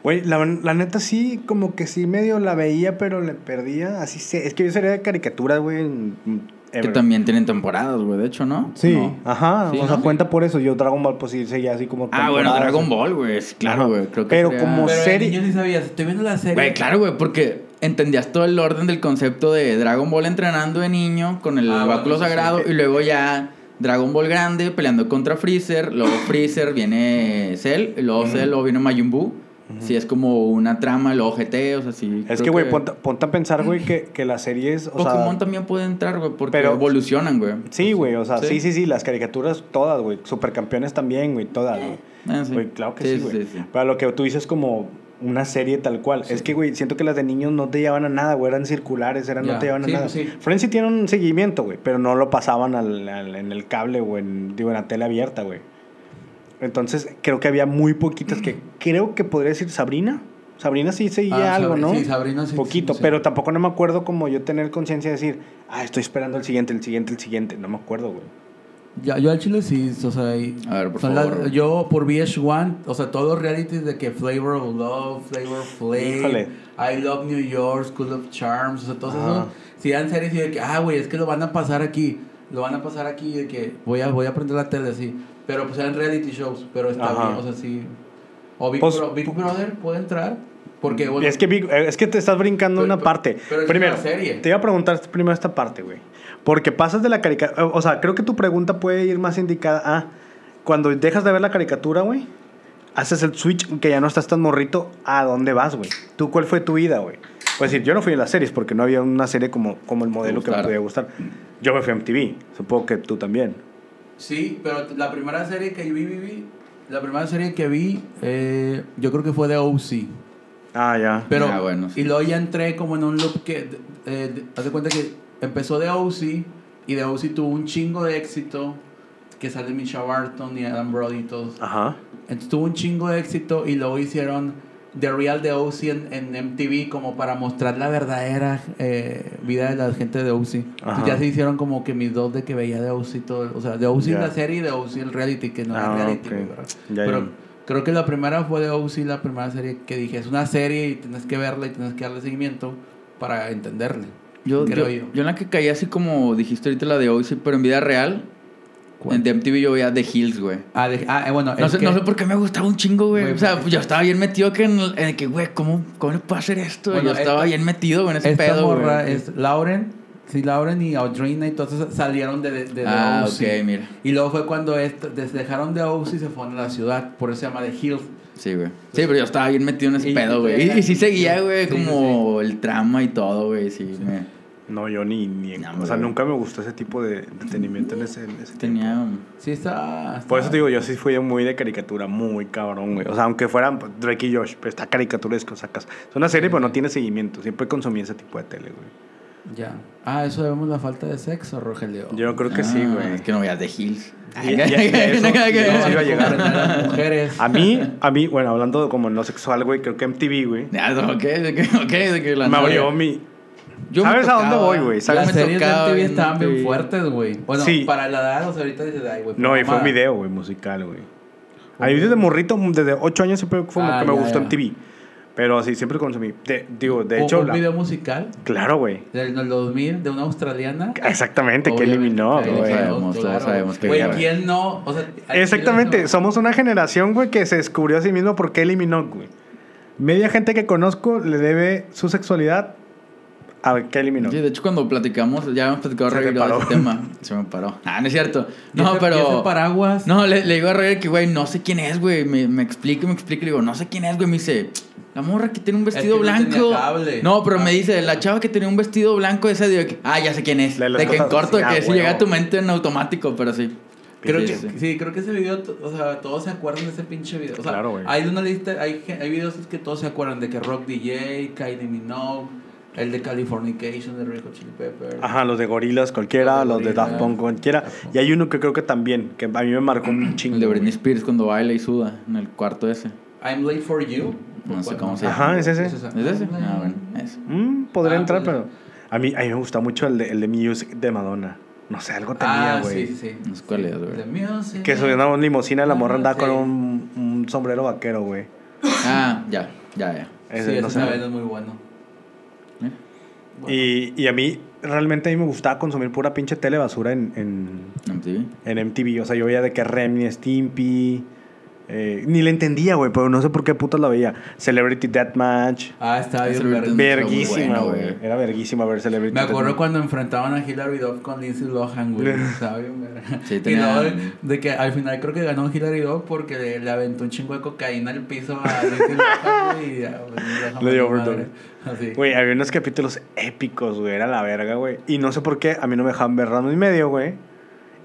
Güey, la, la neta sí, como que sí medio la veía, pero le perdía. Así se, es que yo sería de caricatura, güey. en- en-
Que
ever.
también tienen temporadas, güey, de hecho, ¿no?
Sí,
No.
ajá.
Sí,
o sea,
¿no?
cuenta por eso. Yo Dragon Ball, pues sí, seguía así como.
Ah, bueno,
temporadas.
Dragon Ball, güey, es- claro,
Ajá.
güey. Creo que
Pero
sería-
como-
Pero
serie-
el niño sí sabías, estoy viendo la serie.
Güey, claro, güey, porque entendías todo el orden del concepto de Dragon Ball entrenando de niño con el
Ah,
báculo
bueno, eso sí.
sagrado y luego ya Dragon Ball
[coughs]
grande peleando contra Freezer, luego Freezer viene Cell, y luego Cell, luego viene Majin Buu Si es como una trama, el OGT, o sea, sí.
Es
creo
que, güey, ponte, ponte a pensar, güey, que, que las series. O
Pokémon
sea,
también puede entrar, güey, porque
pero-
evolucionan, güey.
Sí, güey, o sea,
Sí.
sí, sí, sí, las caricaturas todas, güey. Supercampeones también, güey, todas, güey.
Ah, sí.
Güey, claro que sí, güey.
sí, sí.
Pero lo que tú dices como una serie tal cual. Es que, güey, siento que las de niños no te llevaban a nada, güey. Eran circulares, eran,
Ya,
no te llevaban
sí,
a nada.
sí.
Friends sí tiene un seguimiento, güey, pero no lo pasaban al- al- en el cable o en, digo, en la tele abierta, güey. Entonces, creo que había muy poquitas que... Creo que podría decir Sabrina. Sabrina sí seguía
Ah,
algo,
Sabri-
¿no?
sí, Sabrina sí,
Poquito,
sí, sí.
pero tampoco no me acuerdo como yo tener conciencia de decir, ah, estoy esperando el siguiente, el siguiente, el siguiente. No me acuerdo, güey.
Ya, yo al chile sí, o sea, y-
A ver, por
son
favor.
las- yo por VH1, o sea, todos los realities de que Flavor of Love, Flavor of Flame,
Híjole.
I Love New York, School of Charms, o sea, todos
Ajá.
esos, si dan series y de que, ah, güey, es que lo van a pasar aquí, lo van a pasar aquí, de que voy a, voy a prender la tele así, pero pues eran reality shows, pero está
Ajá.
bien, o sea, sí. O Big,
Pues,
Bro- Big Brother puede entrar, porque, bueno,
es, que, Big- eh, es que te estás brincando
Pero-
una
pero-
parte.
pero es
primero,
una serie.
te iba a preguntar primero esta parte, güey. Porque pasas de la caricatura. O sea, creo que tu pregunta puede ir más indicada a cuando dejas de ver la caricatura, güey. Haces el switch que ya no estás tan morrito. ¿A dónde vas, güey? ¿Tú cuál fue tu vida, güey? Pues decir, yo no fui en las series porque no había una serie como, como el modelo que me
gustara.
podía gustar. Yo me fui a MTV. Supongo que tú también.
Sí, pero la primera serie que vi, vi, vi- la primera serie que vi, eh, yo creo que fue de OC.
Ah, ya.
Pero,
Ah, bueno, sí.
y luego ya entré como en un loop que, eh, de- haz de cuenta que empezó de OC y de OC tuvo un chingo de éxito, que sale Misha Barton y Adam Brody y todos.
Ajá.
Entonces tuvo un chingo de éxito y luego hicieron The Real de OC en, en MTV como para mostrar la verdadera eh, vida de la gente de OC. Entonces
Ajá.
ya se hicieron como que mis dos de que veía de OC y todo. O sea, de OC
Ya.
la serie y de OC el reality, que no era
Ah,
reality,
ok.
güey, ¿verdad?
Ya,
Pero
ya.
creo que la primera fue de OC, la primera serie que dije, es una serie y tienes que verla y tienes que darle seguimiento para entenderle.
Yo,
creo
yo,
yo.
yo en la que caí así como dijiste ahorita la de hoy, sí, pero en vida real, en de MTV yo veía The Hills, güey.
Ah, de- ah, eh, bueno,
No
es
sé,
que-
no sé por qué me gustaba un chingo, güey.
Güey,
O sea,
porque-
yo estaba bien metido que en, en que, güey, ¿cómo, ¿cómo le puedo hacer esto?
Bueno,
yo estaba
esta-
bien metido güey, en ese
Esta
pedo,
morra
güey.
es Lauren. Sí, Lauren y Audrina y todas esas salieron de, de, de
Ah,
OC.
ok, mira.
Y luego fue cuando est- des- dejaron de OC y se fueron a la ciudad. Por eso se llama The Hills.
Sí, güey. Sí, pero yo estaba bien metido en ese
Y-
pedo, güey.
y-
Y, y sí seguía, güey,
Sí,
como el trama y todo, güey. Sí, me
No, yo ni. ni
No,
o sea,
hombre.
nunca me gustó ese tipo de entretenimiento en ese, en ese tiempo.
tenía...
Sí, está. está-
Por eso te digo, yo sí fui muy de caricatura, muy cabrón, güey. O sea, aunque fueran pues, Drake y Josh, pero está caricaturesco, sacas. Es una serie, pero no tiene seguimiento. Siempre consumí ese tipo de tele, güey.
Ya. Ah, eso vemos la falta de sexo, Rogelio.
Yo creo que
Ah,
sí, güey.
Es que no veías The Hills.
Y- y- y
[laughs]
eso- y
No,
eso iba a
no,
llegar. Ah,
comprender a
[laughs]
las mujeres.
A mí, a mí, bueno, hablando de como no sexual, güey, creo que MTV, güey,
Ah, no, ok, de que- ok, de que la
me
novia.
abrió mi...
Yo me
¿Sabes a dónde
tocaba,
voy, güey?
yo
¿Sabes?
me
Las series de
tocaba
MTV
en
estaban bien
MTV.
fuertes, güey. Bueno,
Sí.
para la edad, o sea, ahorita dices, ay, güey.
No, y fue un
mamá.
video, güey, musical, güey. Ahí desde morrito, desde 8 años siempre fue
Ah,
que me
ya,
gustó
ya.
MTV. Pero sí, siempre consumí. De- digo, de
Un-
hecho...
Un
la-
video musical
Claro, güey.
del 2000 de una australiana.
Ah, Exactamente, que
Obviamente,
eliminó,
que
güey.
eliminó,
Sabemos,
claro.
sabemos que
Güey,
ganó.
¿quién no? O sea, ¿a quién
Exactamente,
no?
somos una generación, güey, que se descubrió a sí mismo porque eliminó, güey. Media gente que conozco le debe su sexualidad a Kelly
Sí,
Minogue.
de hecho cuando platicamos, ya hemos platicado
Se te
Roger de
paró.
ese tema. [laughs] Se me paró. Ah, no es cierto.
¿Y
No,
ese- y ese
pero...
paraguas.
No, le, le digo a Roger que, güey, no sé quién es, güey. Me, me explica, me explica. Le digo, no sé quién es, güey. Me dice, la morra que tiene un vestido
que no tenía
blanco.
cable.
No, pero me
Ah.
dice, la chava que tenía un vestido blanco, esa de que, ah, ya sé quién es.
La de las
De que en
cosas-
corto,
sí, ah,
que sí
huevo.
llega a tu mente en automático, pero sí.
Creo
Sí,
que,
sí.
sí. creo que ese video, to- o sea, todos se acuerdan de ese pinche video. O sea,
Claro, güey.
Hay una lista, hay, gen- hay videos que todos se acuerdan de que Rock DJ, Kylie Minogue, el de Californication, de Rico Chili Pepper.
Ajá, los de gorilas, cualquiera,
Los
los
de
de Daft
Gorillaz.
Punk, cualquiera. Y hay uno que creo que también, que a mí me marcó un chingo.
El de
güey.
Britney Spears cuando baila y suda en el cuarto ese.
I'm Late for You.
No sé
Bueno,
cómo se
Ajá, es ese.
es esa.
¿Es ese? Ah, bueno, ese.
Mm, podría
Ah,
entrar,
pues,
pero... A mí, a mí me gusta mucho el de, el de Music de Madonna. No sé, algo tenía,
Ah,
güey.
sí, sí, sí.
No sé cuál es, güey.
The music.
Que subió una limusina, la morra andaba
Sí.
con un, un sombrero vaquero, güey.
Ah, ya, ya, ya.
Ese,
sí,
no
ese
sé.
también es muy bueno.
¿Eh?
Y, y a mí, realmente a mí me gustaba consumir pura pinche tele basura en, en,
MTV.
en MTV. O sea, yo veía de que Remy, Stimpy, Eh, ni le entendía, güey, pero no sé por qué putas la veía. Celebrity Deathmatch.
Ah, estaba
Ese
bien
ahorita no-
verga.
Verguísima,
bueno,
güey.
güey.
Era verguísima ver Celebrity
Me acuerdo
Deathmatch.
cuando enfrentaban a Hillary Duff con Lindsay
[laughs]
Lohan, güey. Estaba bien verga.
Sí,
y
tenía-
luego de- de que al final creo que ganó Hillary Duff porque le, le aventó un chingo de cocaína al piso a Lindsay Lohan, güey. Y ya, pues, Lindsay Lohan
Le dio
valió
overdose.
madre. Así.
Güey, había unos capítulos épicos, güey. Era la verga, güey. Y no sé por qué a mí no me dejaban ver random y medio, güey.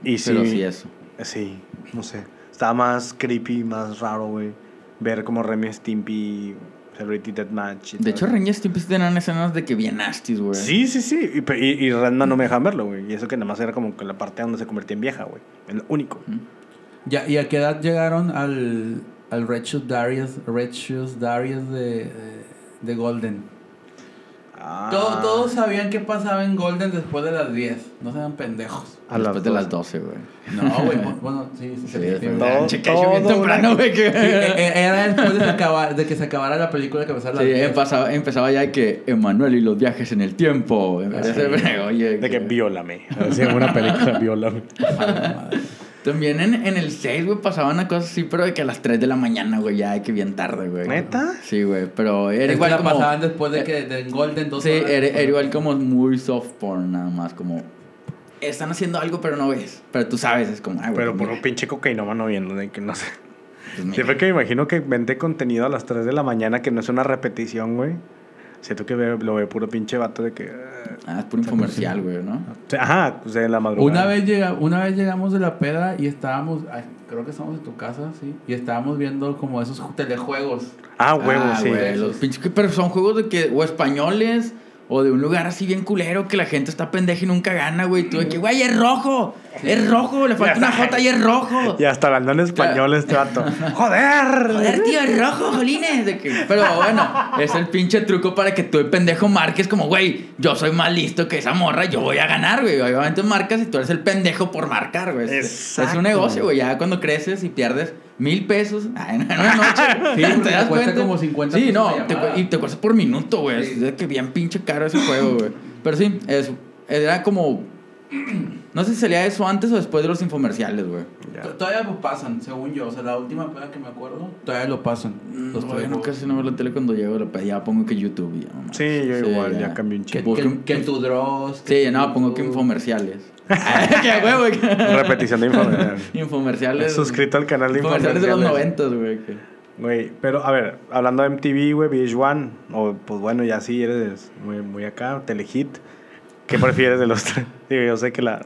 Y sí.
Pero sí eso.
Sí, no sé. Estaba más creepy, más raro, güey. Ver como Remy Stimpy, Celebrity Deathmatch. y
De
todo
hecho,
eso.
Rangers siempre tenían escenas de que bien nasties, güey.
Sí, sí, sí. Y, pe- y, y Ranma no me dejaban verlo, güey. Y eso que nada más era como que la parte donde se convertía en vieja, güey. Es lo único.
Ya, ¿Y a qué edad llegaron al, al Red Shoes Darius, Red Shoes Darius de, de, de Golden?
Ah.
Todo- todos sabían qué pasaba en Golden después de las 10. No sean pendejos.
A
Después
las
de
dos.
las 12, güey.
No,
[laughs]
güey. bu- bueno, sí, sí, sí.
Sí,
sí,
después de-
sí.
Todo-
Chequé yo bien
todo
temprano, güey. que-
Sí, e- e- Era después de, que acaba- de que se acabara la película que pasaba a las
Sí,
10.
empezaba, empezaba ya de que Emanuel y los viajes en el
Ah,
tiempo. [laughs] Oye,
De que viólame. Así en una película, viólame.
También en, en el 6, güey, pasaban a cosas así, pero de que a las 3 de la mañana, güey, ya de que bien tarde, güey.
¿Neta?
Sí, güey, pero era
Es que
igual
la
como... eh,
pasaban después de que de Golden 2
Sí, era, era igual como muy soft porn, nada más, como... Están haciendo algo, pero no ves. Pero tú sabes, es como... ah, güey,
Pero
pues
por un
mira,
pinche cocainómano viendo, de que no sé.
pues mira.
Siempre que me imagino que vende contenido a las 3 de la mañana que no es una repetición, güey. Siento que ve- lo ve puro pinche vato de que. eh,
Ah, es puro infomercial, güey, ¿no?
o sea, Ajá, pues en la madrugada.
Una vez, llega, una vez llegamos de la peda y estábamos, ay, creo que estábamos en tu casa, sí, y estábamos viendo como esos ju- telejuegos.
Ah, huevo,
Ah,
sí.
güey, los pinches que- pero son juegos de que, o españoles, o de un lugar así bien culero que la gente está pendeja y nunca gana, güey. Tú de que, güey, es rojo, es rojo, le falta una jota y es rojo.
Y hasta hablando en español este
[laughs]
vato. ¡Joder!
Joder, tío, es rojo, jolines. De que- Pero bueno, es el pinche truco para que tú, el pendejo, marques como, güey, yo soy más listo que esa morra, yo voy a ganar, güey. Obviamente marcas y tú eres el pendejo por marcar, güey. Es, es
Exacto.
un negocio, güey. Ya cuando creces y pierdes mil pesos [laughs] ay, en una noche,
Sí,
te
porque
das
cuesta
cuenta.
como 50
Sí,
pesos
no,
la
te cu-
llamada.
y te cuesta por minuto, güey.
Sí.
Es de que bien pinche caro ese juego, güey. Pero sí, es, era como. [clears throat] No sé si salía eso antes o después de los infomerciales, güey.
Ya.
T- Todavía lo pasan, según yo. O sea, la última peda que me acuerdo, todavía lo pasan.
No,
Los
todavía no
telejuegos.
Mm, casi no veo la tele cuando llego, la pe- ya pongo que YouTube. y ya, no,
Sí, yo igual, ya cambié un
Que,
chingo.
Busquen-
que, que tu Dross. que
Sí,
tu
no, pongo
YouTube.
que infomerciales.
[laughs]
[laughs] ¡Qué huevo! que-
Repetición de información.
Infomerciales.
Suscrito al canal de
Infomerciales de los
infomerciales.
noventas, güey. que-
Güey, pero a ver, hablando de MTV, güey, VH1, o pues bueno, ya sí eres muy, muy acá, Telehit. ¿Qué prefieres de los tres? [laughs] Digo, yo sé que la.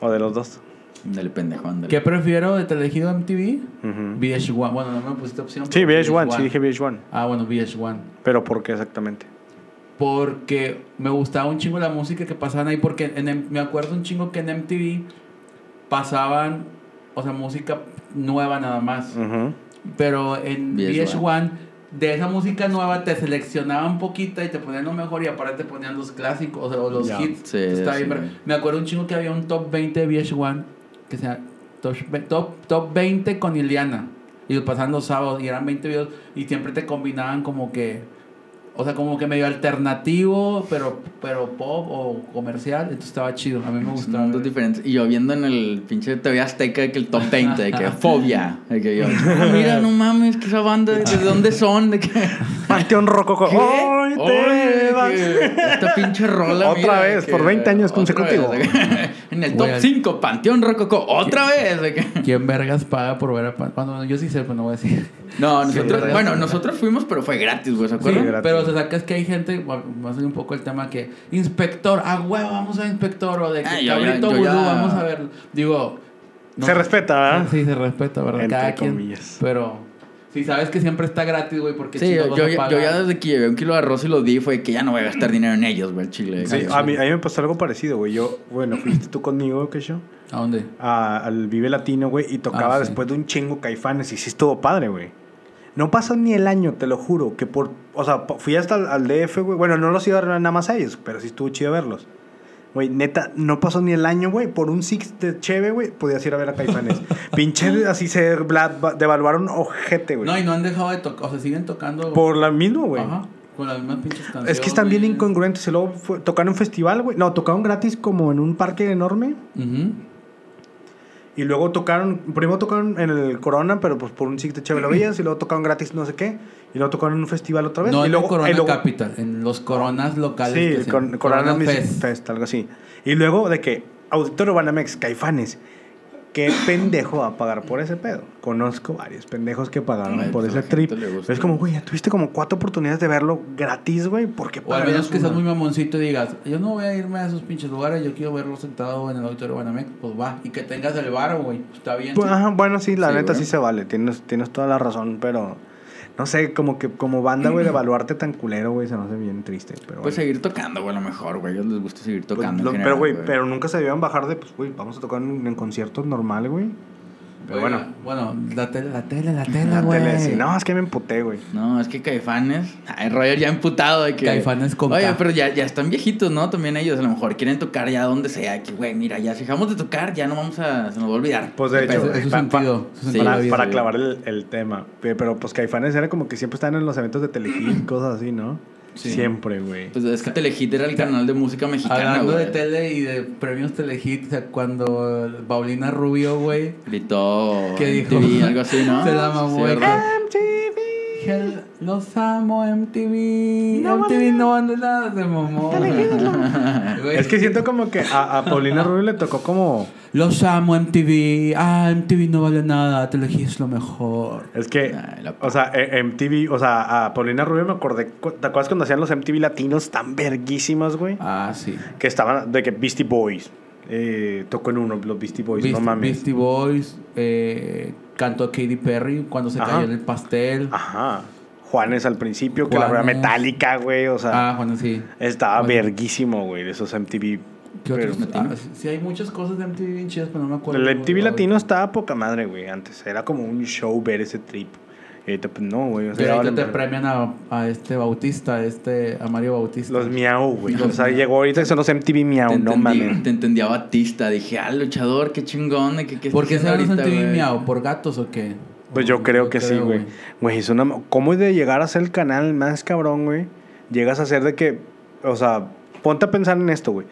O de los dos.
Del pendejo, ándale.
¿Qué prefiero de Telegido MTV?
Ujú.
VH1. Bueno, no me pusiste opción.
Sí,
pero
VH1, sí dije VH1.
Ah, bueno, VH1.
Pero ¿por qué exactamente?
porque me gustaba un chingo la música que pasaban ahí, porque en, M- me acuerdo un chingo que en MTV pasaban, o sea, música nueva nada más,
Ujú.
pero en
VH1.
VH1 de esa música nueva te seleccionaban poquita y te ponían lo mejor y aparte te ponían los clásicos, o sea, o los
Ya.
hits.
Sí,
Está bien,
sí.
pero me acuerdo un chingo que había un top 20 de VH1 que se llama top, ve- top, top 20 con Iliana. Y lo pasaban los sábados y eran 20 videos y siempre te combinaban como que, o sea, como que medio alternativo, pero, pero pop o comercial. Entonces estaba chido, a mí me
Son
gustaba.
mundos diferentes. Y yo viendo en el pinche TV Azteca de que el top 20, de
[laughs]
que fobia. De que yo, "Ah, mira, no mames, que esa banda, ¿de dónde son? De que,
Panteón Rococo.
¿Qué?
¡Hoy te
Oye,
[laughs] vas!
que Esta pinche rola.
Otra
mira,
vez,
que-
por 20 años
otra
consecutivos.
vez, de que- en el top
Güey, al-
5, Panteón Rococó. Otra vez. de que-
¿Quién vergas paga por ver a Pan? Bueno, yo sí sé, pero no voy a decir.
No, nosotros,
güey.
bueno, nosotros fuimos, pero fue gratis, güey, ¿se
Sí,
acuerdan?
gratis.
pero o sea, es que hay gente, bueno, va a ser un poco el tema que, inspector, a huevo, vamos a inspector, o de que
Ah, yo ya-
cabrito
yo
vudú,
ya-
vamos a verlo. Digo, no- Ah,
Se respeta, ¿verdad?
Sí, se respeta, ¿verdad?
Entre
Cada quien.
comillas.
Pero, si sabes que siempre está gratis, güey, porque
Sí, yo, yo, yo ya desde que llevé un kilo de arroz y lo di fue que ya no voy a gastar dinero en ellos, güey, el chile. Pues,
Sí, a mí, a mí me pasó algo parecido, güey. Yo, bueno, fuiste tú conmigo, que yo,
¿A dónde?
a- al Vive Latino, güey, y tocaba
Ah, sí.
después de un chingo caifanes y sí estuvo padre, güey. No pasó ni el año, te lo juro, que por, o sea, po- fui hasta al, al DF, güey. Bueno, no los iba a ver nada más a ellos, pero sí estuvo chido verlos. Güey, neta, no pasó ni el año, güey. Por un six de cheve, güey, podías ir a ver a
[laughs]
Caifanes. Pinche, así se bla- devaluaron ojete, güey.
No, y no han dejado de tocar, o sea, siguen tocando.
Por la misma, güey.
Ajá, con las mismas pinches canciones.
Es que están bien incongruentes. Y luego fue- tocaron un festival, güey. No, tocaron gratis como en un parque enorme.
Ujú.
Y luego tocaron, primero tocaron en el Corona, pero pues por un sitio chévere lo veías, y luego tocaron gratis no sé qué, y luego tocaron en un festival otra vez.
No
y
en
luego,
el Corona
y luego-
Capital, en los coronas locales.
Sí,
que
el
se-
Cor- Corona Music
Fest.
Fest. este, algo así. Y luego de que Auditorio Banamex, Caifanes. ¿Qué pendejo va a pagar por ese pedo? Conozco varios pendejos que pagaron
Ay,
por
pues, a
ese
la
trip.
gente le gusta.
Es como, güey, ya tuviste como cuatro oportunidades de verlo gratis, güey. ¿Por qué
O al menos
pagarías
que seas
una?
muy mamoncito y digas, yo no voy a irme a esos pinches lugares, yo quiero verlo sentado en el auditorio Banamex, pues va. Y que tengas el bar, güey, está
[laughs]
bien.
Pues, ajá, bueno, sí, la
Sí,
neta
güey.
sí se vale. Tienes, tienes toda la razón, pero... No sé, como que como banda,
[clears throat]
güey, de evaluarte tan culero, güey, se me hace bien triste. Pero,
Pues
bueno.
seguir tocando, güey, a lo mejor, güey. A ellos les gusta seguir
Pues,
tocando. en
lo-
general,
pero, güey, pero nunca se debían bajar de, pues, güey, vamos a tocar en, en conciertos normal, güey. Pero
Oiga,
bueno.
Bueno, la tele, la tele, la
La
tele,
tele así,
güey.
No, es que me emputé, güey.
No, es que Caifanes. Ay, Roger ya emputado de que.
Caifanes con
Oye,
K.
pero ya, ya están viejitos, ¿no? También ellos a lo mejor quieren tocar ya donde sea. Que, güey, mira, ya si dejamos de tocar, ya no vamos a. Se nos va a olvidar.
Pues de
Qué
hecho,
pedo.
Eso es un
pa- pa-
sentido. eso es un
Sí,
sentido
para,
de vida,
para
güey.
clavar el, el tema. Pe- Pero pues Caifanes era como que siempre estaban en los eventos de Telehit y cosas así, ¿no?
Sí.
Siempre, güey.
Pues es que Telehit era el canal de música mexicana,
Hablando
güey.
de tele y de premios Telehit, o sea, cuando eh, Paulina Rubio, güey,
Gritó.
que dijo
MTV, algo así, ¿no?
[laughs] Se la mamó,
Sí,
güey.
¿verdad?
Hell, los amo MTV. MTV no van de nada, se mamó. [laughs]
[laughs]
Güey.
Es que siento como que a, a Paulina Rubio le tocó como...
Los amo MTV. Ah, MTV no vale nada. Telehit es lo mejor.
Es que,
Ay, la-
o sea, eh, MTV, o sea, a Paulina Rubio me acordé... cu- ¿Te acuerdas cuando hacían los MTV latinos tan verguísimos, güey?
Ah, sí.
Que estaban de que Beastie Boys. eh, tocó en uno, los Beastie Boys,
Beast-
no mames.
Beastie Boys eh, cantó a Katy Perry cuando se
Ajá.
cayó en el pastel. Ah,
Ajá. Juanes al principio, que la verdad
Juanes.
metálica, güey, o sea...
bueno, Ah, sí.
estaba
bueno.
verguísimo, güey, de esos MTV.
¿Qué
pero-
otros? Ah, sí, sí, hay muchas cosas de MTV bien chidas, pero no me acuerdo.
El MTV
güey.
latino estaba poca madre, güey, antes. Era como un show ver ese trip. Y ahorita, pues, no, güey. o sea,
Pero ahorita
ahora-
te premian a, a este Bautista, a este, a Mario Bautista.
Los miau, güey. O sea, llegó ahorita que son los MTV miau,
Te
no
entendí,
mames.
te entendí a Batista. Dije, ah, luchador, qué chingón. ¿de ¿Qué, qué
¿Por qué se
está
llaman
haciendo
los
ahorita,
MTV
güey?
Miau? ¿Por gatos o qué?
Pues yo creo que sí, güey. Güey, es una... ¿Cómo de llegar a ser el canal más cabrón, güey? Llegas a ser de que... O sea, ponte a pensar en esto, güey.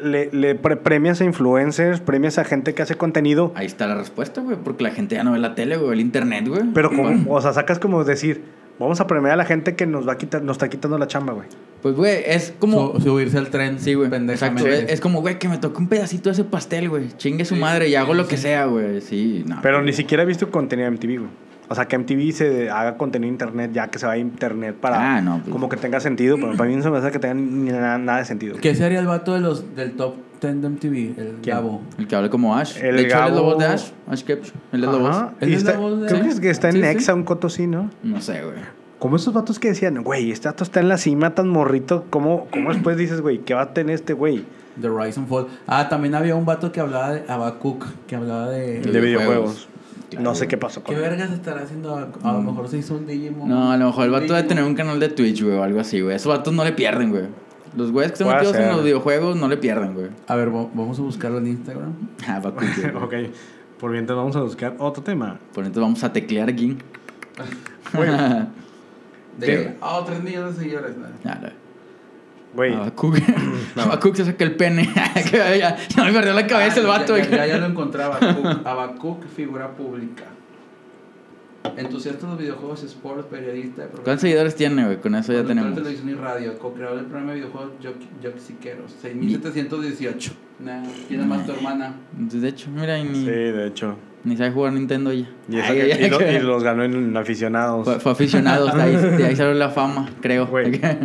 Le, le pre- premias a influencers, premias a gente que hace contenido.
Ahí está la respuesta, güey. Porque la gente ya no ve la tele, güey, el internet, güey.
Pero
Bueno.
como... O sea, sacas como decir... Vamos a premiar a la gente que nos va a quitar... Nos está quitando la chamba, güey.
Pues, güey, es como.
Su- subirse al tren.
Sí, güey. Exacto.
Pendejamente.
Es, es como, güey, que me toque un pedacito de ese pastel, güey. Chingue su
Sí,
madre y
sí,
hago lo
sí.
que sea, güey. Sí, no. pues,
Pero ni siquiera he visto contenido de MTV, güey. O sea, que MTV se haga contenido de internet ya que se va a internet para...
Ah, no, pues.
Como que tenga sentido, pero para mí no se me hace que tenga ni nada, nada de sentido.
¿Qué sería el vato de los, del top 10 de MTV? El
¿Quién?
Gabo.
El que habla como Ash.
El
de hecho, él es la
Gabo-
voz de Ash. Ash Kepch. Él es la voz.
Ajá.
Él
Y
es la
está-
voz de-
Creo que, es que está
Sí,
en
sí.
Nexa, un coto así, ¿no?
No sé, güey.
Como esos vatos que decían, güey, este vato está en la cima tan morrito. ¿Cómo, cómo después dices, güey, qué va a tener este güey?
The Rise and Fall. Ah, también había un vato que hablaba de Abacuc, que hablaba de...
De
De
videojuegos.
videojuegos.
Claro,
no sé
güey.
qué pasó con
¿Qué
él.
vergas estará haciendo Abacuc? A lo mejor se hizo un Digimon.
Mm. No, a lo mejor el
Un
vato debe
Digimon.
tener un canal de Twitch, güey, o algo así, güey. Esos vatos no le pierden, güey. Los güeyes que están
Puede
metidos en
ser.
los videojuegos no le pierden, güey. [laughs]
A ver, va- vamos a buscarlo en Instagram.
Ah, va con que-
ok, por mientras vamos a buscar otro tema.
Por entonces vamos a teclear aquí.
Güey,
[laughs] Ah,
De... Ah, 3 millones de seguidores. ¿no?
no.
güey, [clears throat]
Habacuc. Habacuc se saca el pene. [laughs] Que ya, ya me perdió la cabeza el
Ah,
vato,
Ya,
güey.
ya, ya, ya lo
[laughs]
encontré, Abacuc. Abacuc, figura pública. Entusiasta de los videojuegos, sports, periodista. de
¿Cuántos seguidores tiene, güey? Con eso ya
Conductor de
tenemos.
televisión y radio, co-creador del programa de videojuegos Joxiqueros, 6718. Nah, tiene más tu hermana.
Entonces, De hecho, mira, y
sí,
ni,
de hecho.
ni sabe jugar Nintendo ya.
Y, eso
Ay,
que-
ay,
y lo-
ay,
y los ganó en aficionados.
Fue, fue aficionado, de ahí, de ahí salió la fama, creo. [laughs] Pues,
Güey.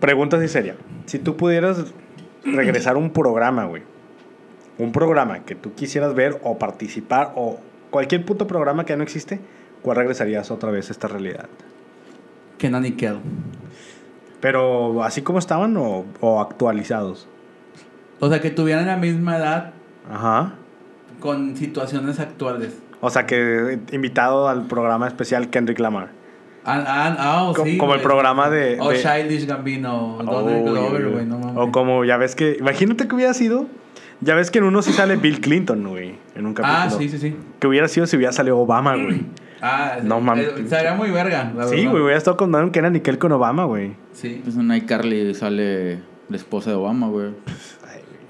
Pregunta así seria. Si tú pudieras regresar un programa, güey. Un programa que tú quisieras ver o participar o cualquier puto programa que ya no existe, ¿cuál regresarías otra vez a esta realidad?
Kenan y Kel.
Pero así como estaban o, o actualizados.
O sea, que tuvieran la misma edad
Ajá.
con situaciones actuales.
O sea que invitado al programa especial Kendrick Lamar.
Ah, ah, ah, oh,
Co-
sí,
como el
güey.
programa de-
O
de-
Childish Gambino,
Uy,
Donald Glover,
uy,
güey,
uy.
no mames.
o como ya ves que, imagínate que hubiera sido, ya ves que en uno sí sale Bill Clinton, güey, en un capítulo.
Ah, sí, sí, sí.
Que hubiera sido si hubiera salido Obama, güey.
Ah,
No
eh,
mames,
eh,
pinche.
Sería muy verga, la
Sí,
verdad.
güey, hubiera estado con Madonna, que era Nickel con Obama, güey.
Sí.
Pues en iCarly sale la esposa de Obama, güey.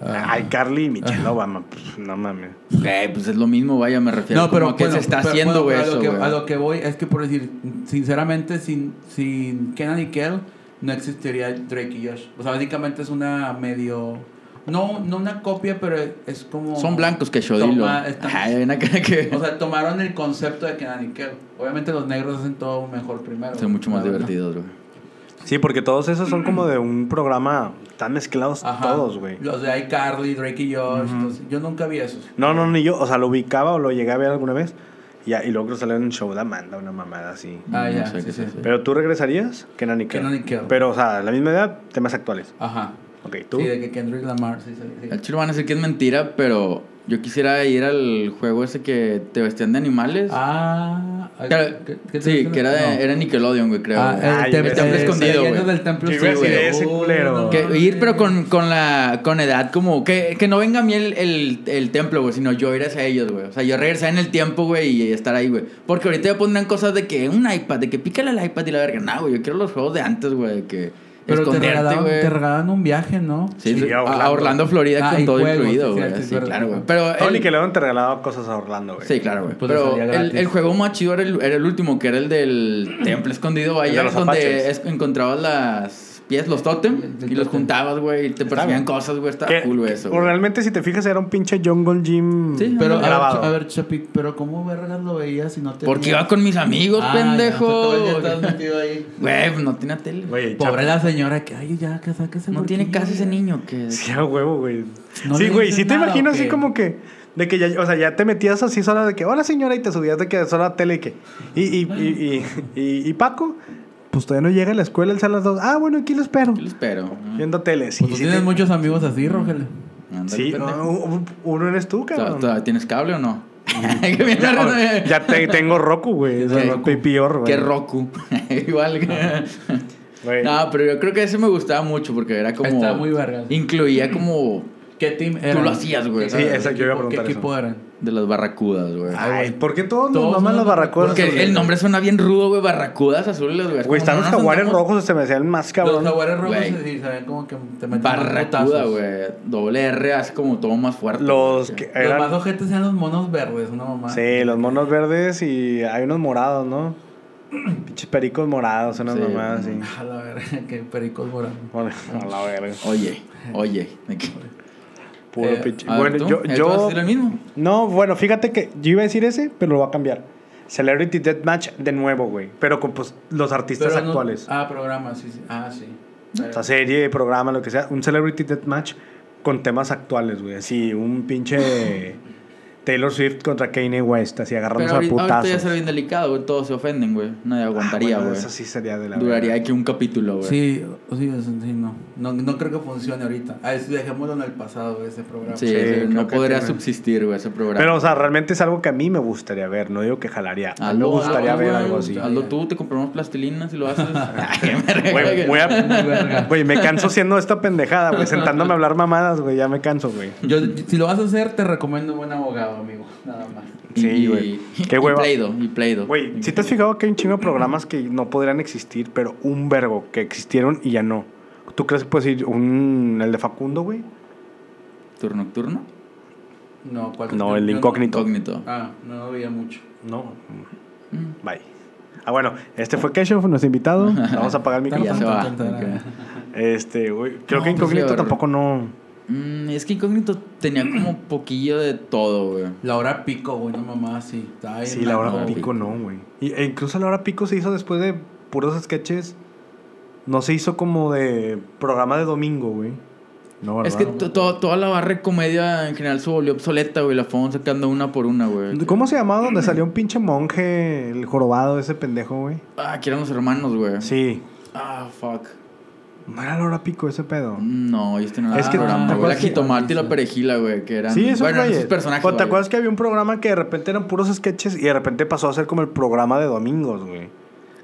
Ay, Carly y Michelle Obama, pff, pues, no mames.
Güey, pues es lo mismo, vaya, me refiero.
No, pero
como que
bueno,
se está
pero-
haciendo, güey,
bueno,
eso,
a, lo que-
güey.
a lo que voy es que, por decir, sinceramente, sin, sin Kenan y Kel, no existiría Drake y Josh. O sea, básicamente es una medio. No, no una copia, pero es como.
Son blancos que yo dilo.
Toma, está-
Ay, ven acá que...
[laughs] O sea, tomaron el concepto de Kenan y Kel. Obviamente, los negros hacen todo mejor primero.
son mucho más
la verdad.
divertidos, güey.
Sí, porque todos esos son como de un programa tan mezclados
Ajá.
todos, güey.
Los de iCarly, Drake y Josh. entonces, yo nunca vi esos.
No, no, ni yo. O sea, lo ubicaba o lo llegué a ver alguna vez. Y, y luego salió en un show de Amanda, una mamada así.
Ah,
No
ya.
Mm, sé
sí,
qué
sí.
es eso.
Pero tú regresarías, Kenan y Kel.
Kenan y Kel.
Pero, o sea, la misma edad, temas actuales.
Ajá.
Ok, tú.
Sí, de que Kendrick Lamar. Sí, sí, sí.
Al chile van a decir que es mentira, pero yo quisiera ir al juego ese que te vestían de animales.
Ah, ay,
Claro,
¿qué- qué te
sí,
refieres?
que era, de-
No.
era Nickelodeon, güey, creo.
Ah,
güey.
Ah,
el
ya
templo
me acordé.
Escondido,
escondido,
güey.
del templo
Yo iba a
sí,
decir
güey.
ese
Uy,
culero.
no,
Que
no,
ir
sí.
pero con, con la con edad como que, que no venga a mí el, el, el templo, güey, sino yo ir hacia ellos, güey. O sea, yo regresar en el tiempo, güey, y estar ahí, güey. Porque ahorita ya pondrán cosas de que un iPad, de que pícale al iPad y la verga. No, güey, yo quiero los juegos de antes, güey, de que
Pero te
esconderte,
regalaban,
güey.
te regalaban un viaje, ¿no?
Sí,
Sí,
sí,
a
a a Orlando,
Orlando.
Florida
Ah,
con
y
todo
juegos, sí,
incluido, güey.
cierto, es
Sí,
verdad.
claro, güey. Pero
Todo
el-
Nickelodeon te regalaba cosas a Orlando, güey.
Sí, claro, güey.
Pues les
pero
salía
el,
gratis.
el juego más chido era el, era el último, que era el del templo escondido,
El de
vaya,
los
donde
apaches.
es- encontrabas las piezas, los tótem,
El- el
y los
tótem.
juntabas, güey, y te perseguían
bien.
cosas, güey. Estaba
Que-
cool, güey, eso.
o
güey.
realmente, si te fijas, era un pinche Jungle Gym
Sí,
Pero, a ver,
grabado.
a ver, Chapi, pero ¿cómo vergas lo veías si no te.
Porque iba con mis amigos,
Ah,
Ah,
pendejo. [laughs] Güey, pues no tiene tele.
Güey, chapa-
Pobre la señora que, ay, ya, que sáquese.
no tiene casa ese niño que...
Sí, a huevo, güey.
No
sí,
le
güey,
dices
sí te
nada,
imagino
¿o
así
qué?
como que. De que ya, o sea, ya te metías así sola de que, hola señora, y te subías de que sola a la tele y que. Y, y, y, y, y- y Paco, pues todavía no llega a la escuela, él sale a las dos. Ah, bueno, aquí lo espero.
Yo lo espero.
Viendo tele, sí.
Pues tú
sí
tienes
te-
muchos amigos así, Rogelio.
Ándale,
Sí,
pendejo.
no, u- uno eres tú,
¿Tod-
cabrón. Mm.
todavía ¿Tienes cable o no? [laughs] Que bien
Ya,
raro, güey.
ya te- tengo Roku, güey.
¿Qué?
Es pe- peor, güey.
Qué Roku. [laughs] Igual. que-
Güey.
No, pero yo creo que ese me gustaba mucho porque era como.
Estaba muy vergas.
Incluía como
¿Qué team era?
lo hacías, güey.
¿Qué
Sí,
equipo-
exacto, yo iba a preguntar
¿Qué equipo eran?
de las barracudas, güey.
Ah,
Ay,
güey.
¿por qué todos
Todos
nos maman
son
los
los
barracudas?
Porque
azules?
el nombre suena bien rudo, güey. Barracudas azules, güey. Es como,
Güey, están
no
los
nos
jaguares
andamos-
rojos, se me hacían más
Los
cabrón.
jaguares rojos
Güey.
sí, saben como que te meten más
Barracuda,
putazos.
güey. Doble R hace como todo más fuerte.
Los
güey.
que
Los
eran.
más ojetes eran los monos verdes, una mamá.
Sí, los monos verdes y hay unos morados, ¿no? [clears throat] Pinches pericos morados, unas
Sí.
mamadas así.
[laughs] A la verga, que pericos morados.
Bueno, a la verga.
Oye, oye. de que-
Puro
Eh,
pinche.
a ver,
Bueno,
¿tú?
yo.
¿Eh, tú vas a
yo...
decir el mismo?
No, bueno, fíjate que yo iba a decir ese, pero lo voy a cambiar. Celebrity Deathmatch de nuevo, güey. Pero con pues, los artistas
Pero no-
actuales.
ah, programas, sí, sí. Ah, sí.
O sea, serie, programa, lo que sea. Un Celebrity Deathmatch con temas actuales, güey. Así, un
[laughs]
pinche Taylor Swift contra Kanye West, así
Pero
agarrándose a
ahorita, ahorita ya
putazos.
será bien delicado, güey. Todos se ofenden, güey. Nadie
Ah,
aguantaría,
bueno,
güey.
Eso sí sería de la
Duraría
verga.
aquí un capítulo, güey.
Sí, sí, sí, sí, no. no. No creo que funcione ahorita. Ah, es- dejémoslo en el pasado, güey, ese programa.
Sí,
Sí,
sí,
creo
no
que
podría
tiene-
subsistir, güey, ese programa.
Pero, o sea, realmente es algo que a mí me gustaría ver. No digo que jalaría. A mí me
Hazlo,
gustaría
hazlo,
ver
güey.
algo así.
Hazlo tú, te compramos plastilina si lo
[laughs]
haces. Ay, qué verga,
Güey,
güey.
voy a-
Muy verga.
güey, me canso siendo esta pendejada, güey. Sentándome a hablar mamadas, güey. Ya me canso, güey.
Yo, si lo vas a hacer, te recomiendo un buen abogado, amigo. Nada más.
Sí, güey. Qué hueva.
Y Play-Doh, y Play-Doh.
Güey, si te has fijado que hay un chingo de programas que no podrían existir, pero un vergo que existieron y ya no. ¿Tú crees que puedes ir un, el de Facundo, güey?
¿Turno nocturno?
No, ¿cuál
No, el
yo
incógnito.
Incógnito.
Ah, no lo veía mucho.
No.
Mm.
Bye. Ah, bueno, este fue Kesho, fue nuestro
[laughs]
invitado. Le Vamos a pagar el
Ya se
micrófono.
va.
Ok.
Este, güey, creo
No,
que
pues
Incógnito
sí, a ver.
tampoco no.
Mm, es que Incógnito tenía como poquillo de todo, güey.
La hora pico, güey, no mamá, sí. Está bien
Sí, la
largo,
hora
no,
güey.
pico no, güey. Y- E incluso la hora pico se hizo después de puros sketches. No se hizo como de programa de domingo, güey. No, ¿verdad?
Es que to- to- toda la barra de comedia en general se volvió obsoleta, güey. La fueron sacando una por una, güey.
¿Cómo se llamaba donde salió un pinche monje, el jorobado, ese pendejo, güey?
Ah, que eran los hermanos, güey.
Sí.
Ah, fuck.
No era la hora pico ese pedo.
No, ellos tenían
Es
otro
que-
programa,
¿te
güey. La
acuerdas que-
jitomate y la perejila, güey, que eran...
Sí, esos
bueno, eran
güeyes.
esos personajes,
¿O Pues, te
vaya.
acuerdas que había un programa que de repente eran puros sketches y de repente pasó a ser como el programa de domingos, güey?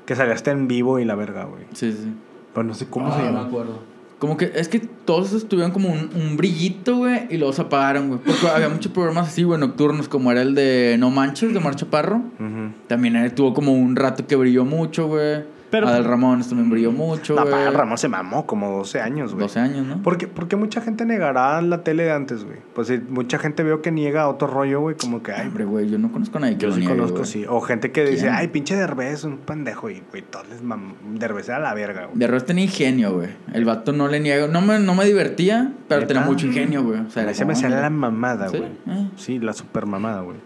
Que salía hasta en vivo y la verga, güey.
Sí, sí.
Pero no sé cómo
Ah,
se
me
llama.
acuerdo.
Como que es que todos esos tuvieron como un, un brillito, güey, y luego se apagaron, güey. Porque había muchos programas así, güey, nocturnos, como era el de No Manches, de Marcha Parro.
Ujú.
También eh, tuvo como un rato que brilló mucho, güey. Pero, Adal Ramón también brilló mucho.
No, pa,
güey.
el Ramón se mamó como 12 años, güey.
12 años, ¿no?
¿Por qué, por qué mucha gente negará la tele de antes, güey? Pues sí, mucha gente veo que niega otro rollo, güey, como que, ay,
Hombre, güey, Ah, yo no conozco a nadie que
yo
lo
sí
niegue,
conozco,
güey.
sí. O gente que dice,
¿Quién?
ay, pinche Derbez, un pendejo, y, güey, todos les mam... Derbez era la verga, güey.
De Ross tenía ingenio, güey. El vato no le niego. No me, no me divertía, pero
¿Neta?
tenía mucho ingenio, güey. O sea, era
Ahí se
como,
me sale
"Ah,
la mamada,
¿Sí?
güey.
Eh.
Sí, la super mamada, güey.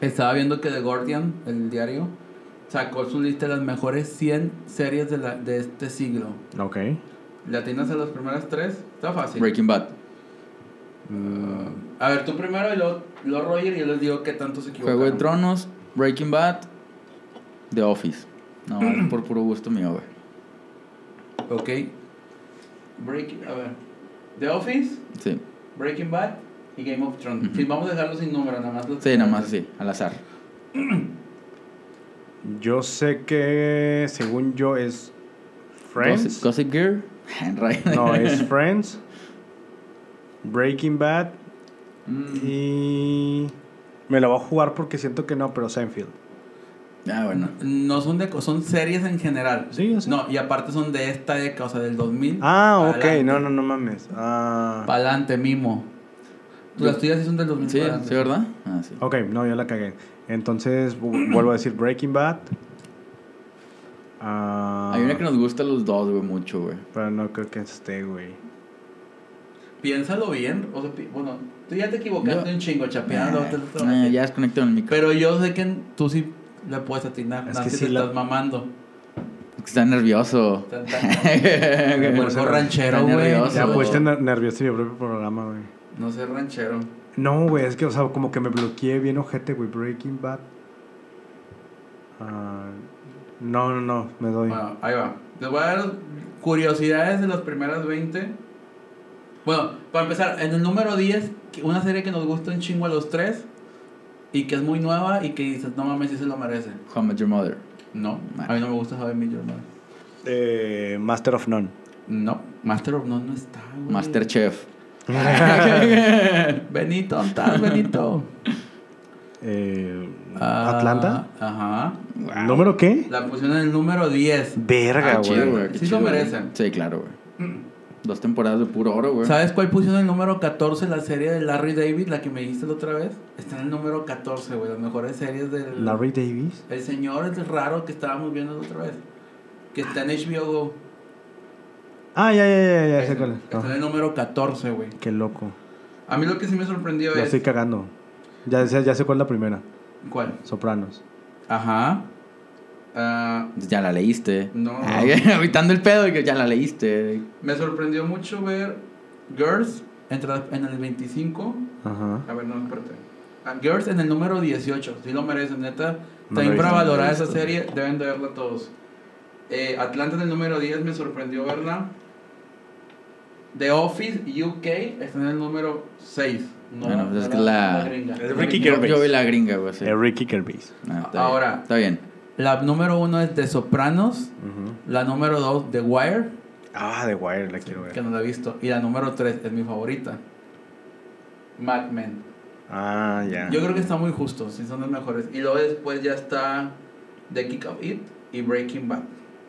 Estaba viendo que The Guardian, el diario, sacó su lista de las mejores 100 series de, la, de este siglo.
Ok.
¿Le atinas a las primeras tres? Está fácil.
Breaking Bad.
Mm, a ver, tú primero y luego, luego Roger y yo les digo qué tanto se equivocaron.
Juego de Tronos, Breaking Bad, The Office. No,
[clears throat]
por puro gusto mío, güey.
Ok. Breaking... A ver. The Office,
Sí.
Breaking Bad y Game of Thrones. Sí, vamos a dejarlo sin número, nada más. los-
Sí, nada más así, al azar.
Yo sé que, según yo, es
Gossip,
Friends.
Gossip [laughs] Gear. Ray-
[laughs]
[laughs]
No, es Friends, Breaking Bad
Mm.
y... Me la voy a jugar porque siento que no, pero Seinfeld.
Ah, bueno.
No son de... co- Son series en general.
Sí, yo sé.
No, y aparte son de esta década, o sea, del 2000.
Ah, ok.
pa'lante.
No, no, no mames. Ah.
Pa'lante, mimo. Tú, Las tuyas sí son del 2000.
Sí,
pa'lante.
sí, ¿verdad? Ah, sí.
Ok, no, yo la cagué. Entonces, vu- vuelvo a decir Breaking Bad. Ah,
Hay una que nos gusta a los dos, güey, mucho, güey.
Pero no creo que esté, güey.
Piénsalo bien. O sea, pi- bueno, tú ya te equivocaste
Yo-
un chingo chapeando. te- te-
Ah, ya desconecté el micro.
Pero yo sé que tú sí la puedes atinar.
Es
nada
que
que
sí
te
la-
estás mamando.
Está nervioso. [laughs]
Tan- tan- Puerco ranchero,
Está
güey.
nervioso.
Ya
No.
pusiste ner- nervioso en mi propio programa, güey.
No sé, ranchero.
No, güey, es que, o sea, como que me bloqueé bien ojete, güey. Breaking Bad. Ah, no, no, no, me doy.
Ah.
Bueno, ahí va. Les voy a dar curiosidades de las primeras 20. Bueno, para empezar, en el número 10, que- una serie que nos gusta un chingo a los tres y que es muy nueva y que dices, no mames, sí se lo merece.
How I Met Your Mother.
No, a mí no me gusta Javier Miller,
Eh, Master
[laughs]
of None.
No, Master of None no está, güey. [laughs]
Masterchef. Ah,
Benito, ¿dónde estás, [laughs] Benito?
Eh,
Ah,
¿Atlanta?
Ajá.
¿Número qué?
La pusieron en el número 10.
Verga,
Qué chido,
güey.
güey. qué
Sí lo
chido, güey.
merecen. Mm.
Sí, claro, güey. Dos temporadas de puro oro, güey.
¿Sabes cuál pusieron en el número 14? La serie de Larry David, la que me dijiste la otra vez. Está en el número 14, güey. Las mejores series del.
Larry Davis.
El señor es raro que estábamos viendo la otra vez. Que está en HBO Go.
Ah, ya, ya, ya, ya, ya sé cuál es.
Está en
Ah,
el número 14, güey.
qué loco.
A mí lo que sí me sorprendió
Ya
es.
estoy cagando. Ya, sé- ya sé cuál es la primera.
¿Cuál?
Sopranos.
Ajá. Ah,
Ya la leíste.
No.
Ay, [laughs] Evitando el pedo, que ya la leíste.
me sorprendió mucho ver Girls entra en el 25.
Ajá.
A ver, no, espérate. Ah, Girls en el número 18. Si lo merecen, neta.
No lo
También
he
para
visto.
valorar esa serie, deben de verla todos. Eh, Atlanta en el número 10 me sorprendió verla. The Office UK está en el número 6. No,
Bueno, pues
no
es que la-
gringa.
Es Ricky
yo,
Gervais.
yo vi la gringa, güey. sí.
Eh, Ricky Gervais.
Ah, está bien.
Ahora.
Está bien.
La número 1 es The Sopranos. La número 2, The Wire,
Ah, The Wire la quiero
que
ver.
no la he visto. Y la número 3 es mi favorita. Mad Men.
Ah, ya.
Yo creo que está muy justo, sí son los mejores. Y luego después ya está The Kick of It y Breaking Bad.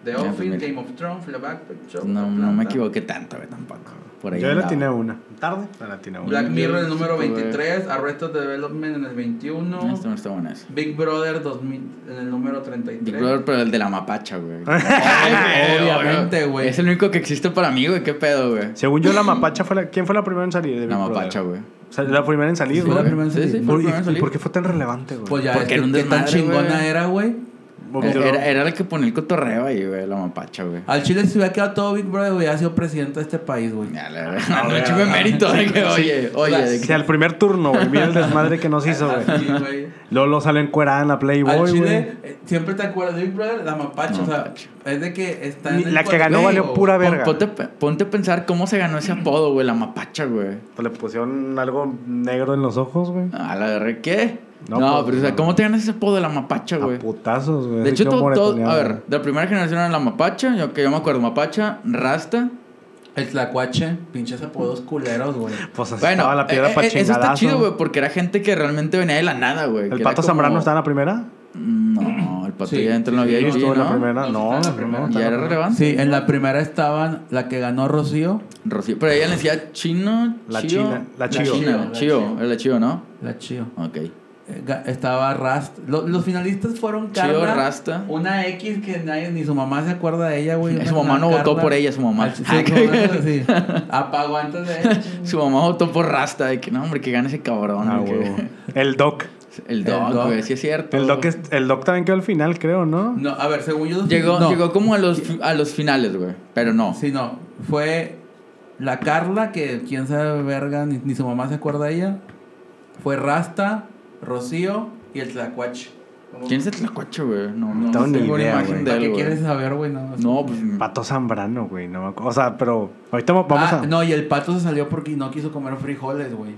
The
Ya, pues,
Office,
mira.
Game of Thrones, Fleabag, Pet Shop,
No, no me
Atlanta.
equivoqué tanto, güey, tampoco. Por ahí
Yo la
andaba.
tiene una. ¿Tarde? No la tiene una.
Black Mirror en el
Yo
número
sí tuve-
23, Arrested Development en el
No, esto
21,
no está bueno eso.
Big Brother 2000 en el número 33.
Big Brother, pero el de la mapacha,
[laughs]
güey.
Obviamente, güey.
Es el único que existe para mí, güey. ¿Qué pedo, güey?
Según yo, la mapacha fue la... ¿Quién fue la primera en salir? de
La
Big Brother?
mapacha, güey.
O sea, la primera en salir,
Sí,
¿no?
la primera en
¿eh? Sí,
salir.
sí, fue
Uy,
la primera en
¿Y
salir.
por qué fue tan relevante, güey?
Pues ya,
Porque
Porque
era un
qué tan
desmadre,
chingona
güey.
era, güey.
Era, era- era la que ponía el cotorreo ahí, güey, la mapacha, güey.
Al Chile se hubiera quedado todo Big Brother, hubiera sido presidente de este país, güey.
Ya, la verdad, [laughs] No chingo de mérito de que, oye, oye, de
O
que.
sea, el primer turno, güey. Mira el desmadre que nos hizo, güey.
Así, güey.
Luego lo sale encuerada en la Playboy,
Al
güey.
Chile, eh, siempre te acuerdas de Big Brother, la mapacha, o sea,
Mapache.
es de que está
Ni-
en el
la que ganó
güey,
valió
o-
pura
Pon-
verga.
Ponte, pe- ponte a pensar cómo se ganó ese apodo, güey, la mapacha, güey.
Pues le pusieron algo negro en los ojos, güey.
A la verga, ¿qué?
No,
No,
pues,
pero o sea,
no.
¿cómo te ganas ese apodo de la mapacha, [laughs] güey?
A putazos, güey.
De hecho,
Así que
todo, todo- a
moretoneado,
ver, de la primera generación era la mapacha, yo que yo me acuerdo, mapacha, rasta.
El tlacuache, pinches apodos culeros, güey.
Pues así
Bueno,
estaba la piedra
eh,
para
eh, eso está
chingadazo.
chido, güey, porque era gente que realmente venía de la nada, güey. que
¿El
era
pato
como-
Zambrano está en la primera?
No, el Pato
Sí,
ya entró en la
sí,
VIP,
estuvo en la
¿no?
primera.
No,
No,
está en la
no,
primera.
no, está
Ya
en
era
la-
relevante.
Sí, en la primera estaban la que ganó Rocío,
Rocío. Pero ella le decía chino,
La
Chío.
china, la chío.
china,
La
chío.
chío.
Era la chío, ¿no?
la Chío.
Ok.
Eh, ga- Estaba Rast. Lo- los finalistas fueron Carla.
Chío, Rasta.
Una X que nadie, ni su mamá se acuerda de ella, güey.
Su
Una-
mamá
una
no votó
Carla.
por ella, su mamá.
Ah,
[laughs]
sí, su mamá, sí. Apagó antes de ella. [laughs]
Su mamá votó por Rasta, de que no, hombre, que gane ese cabrón.
Ah,
que-
huevo. El doc.
El
El
Doc,
Doc.
güey, sí es cierto.
El doc, es- el doc también quedó al final, creo, ¿no?
Mm.
No, a ver, según yo.
Llegó,
no.
llegó como a los, a los finales, güey. Pero no.
Sí, no. Fue la Carla, que quién sabe, verga, ni, ni su mamá se acuerda de ella. Fue Rasta, Rocío y el Tlacuache.
¿Quién es el tlacuacho, güey? No, no,
tengo ni
tengo una
idea,
imagen
güey.
de
¿Para
él,
qué
güey.
quieres saber, güey? No,
No, pues.
Pato Zambrano, güey. No me acu- O sea, pero ahorita vamos
Ah,
a.
no, y el pato se salió porque no quiso comer frijoles, güey.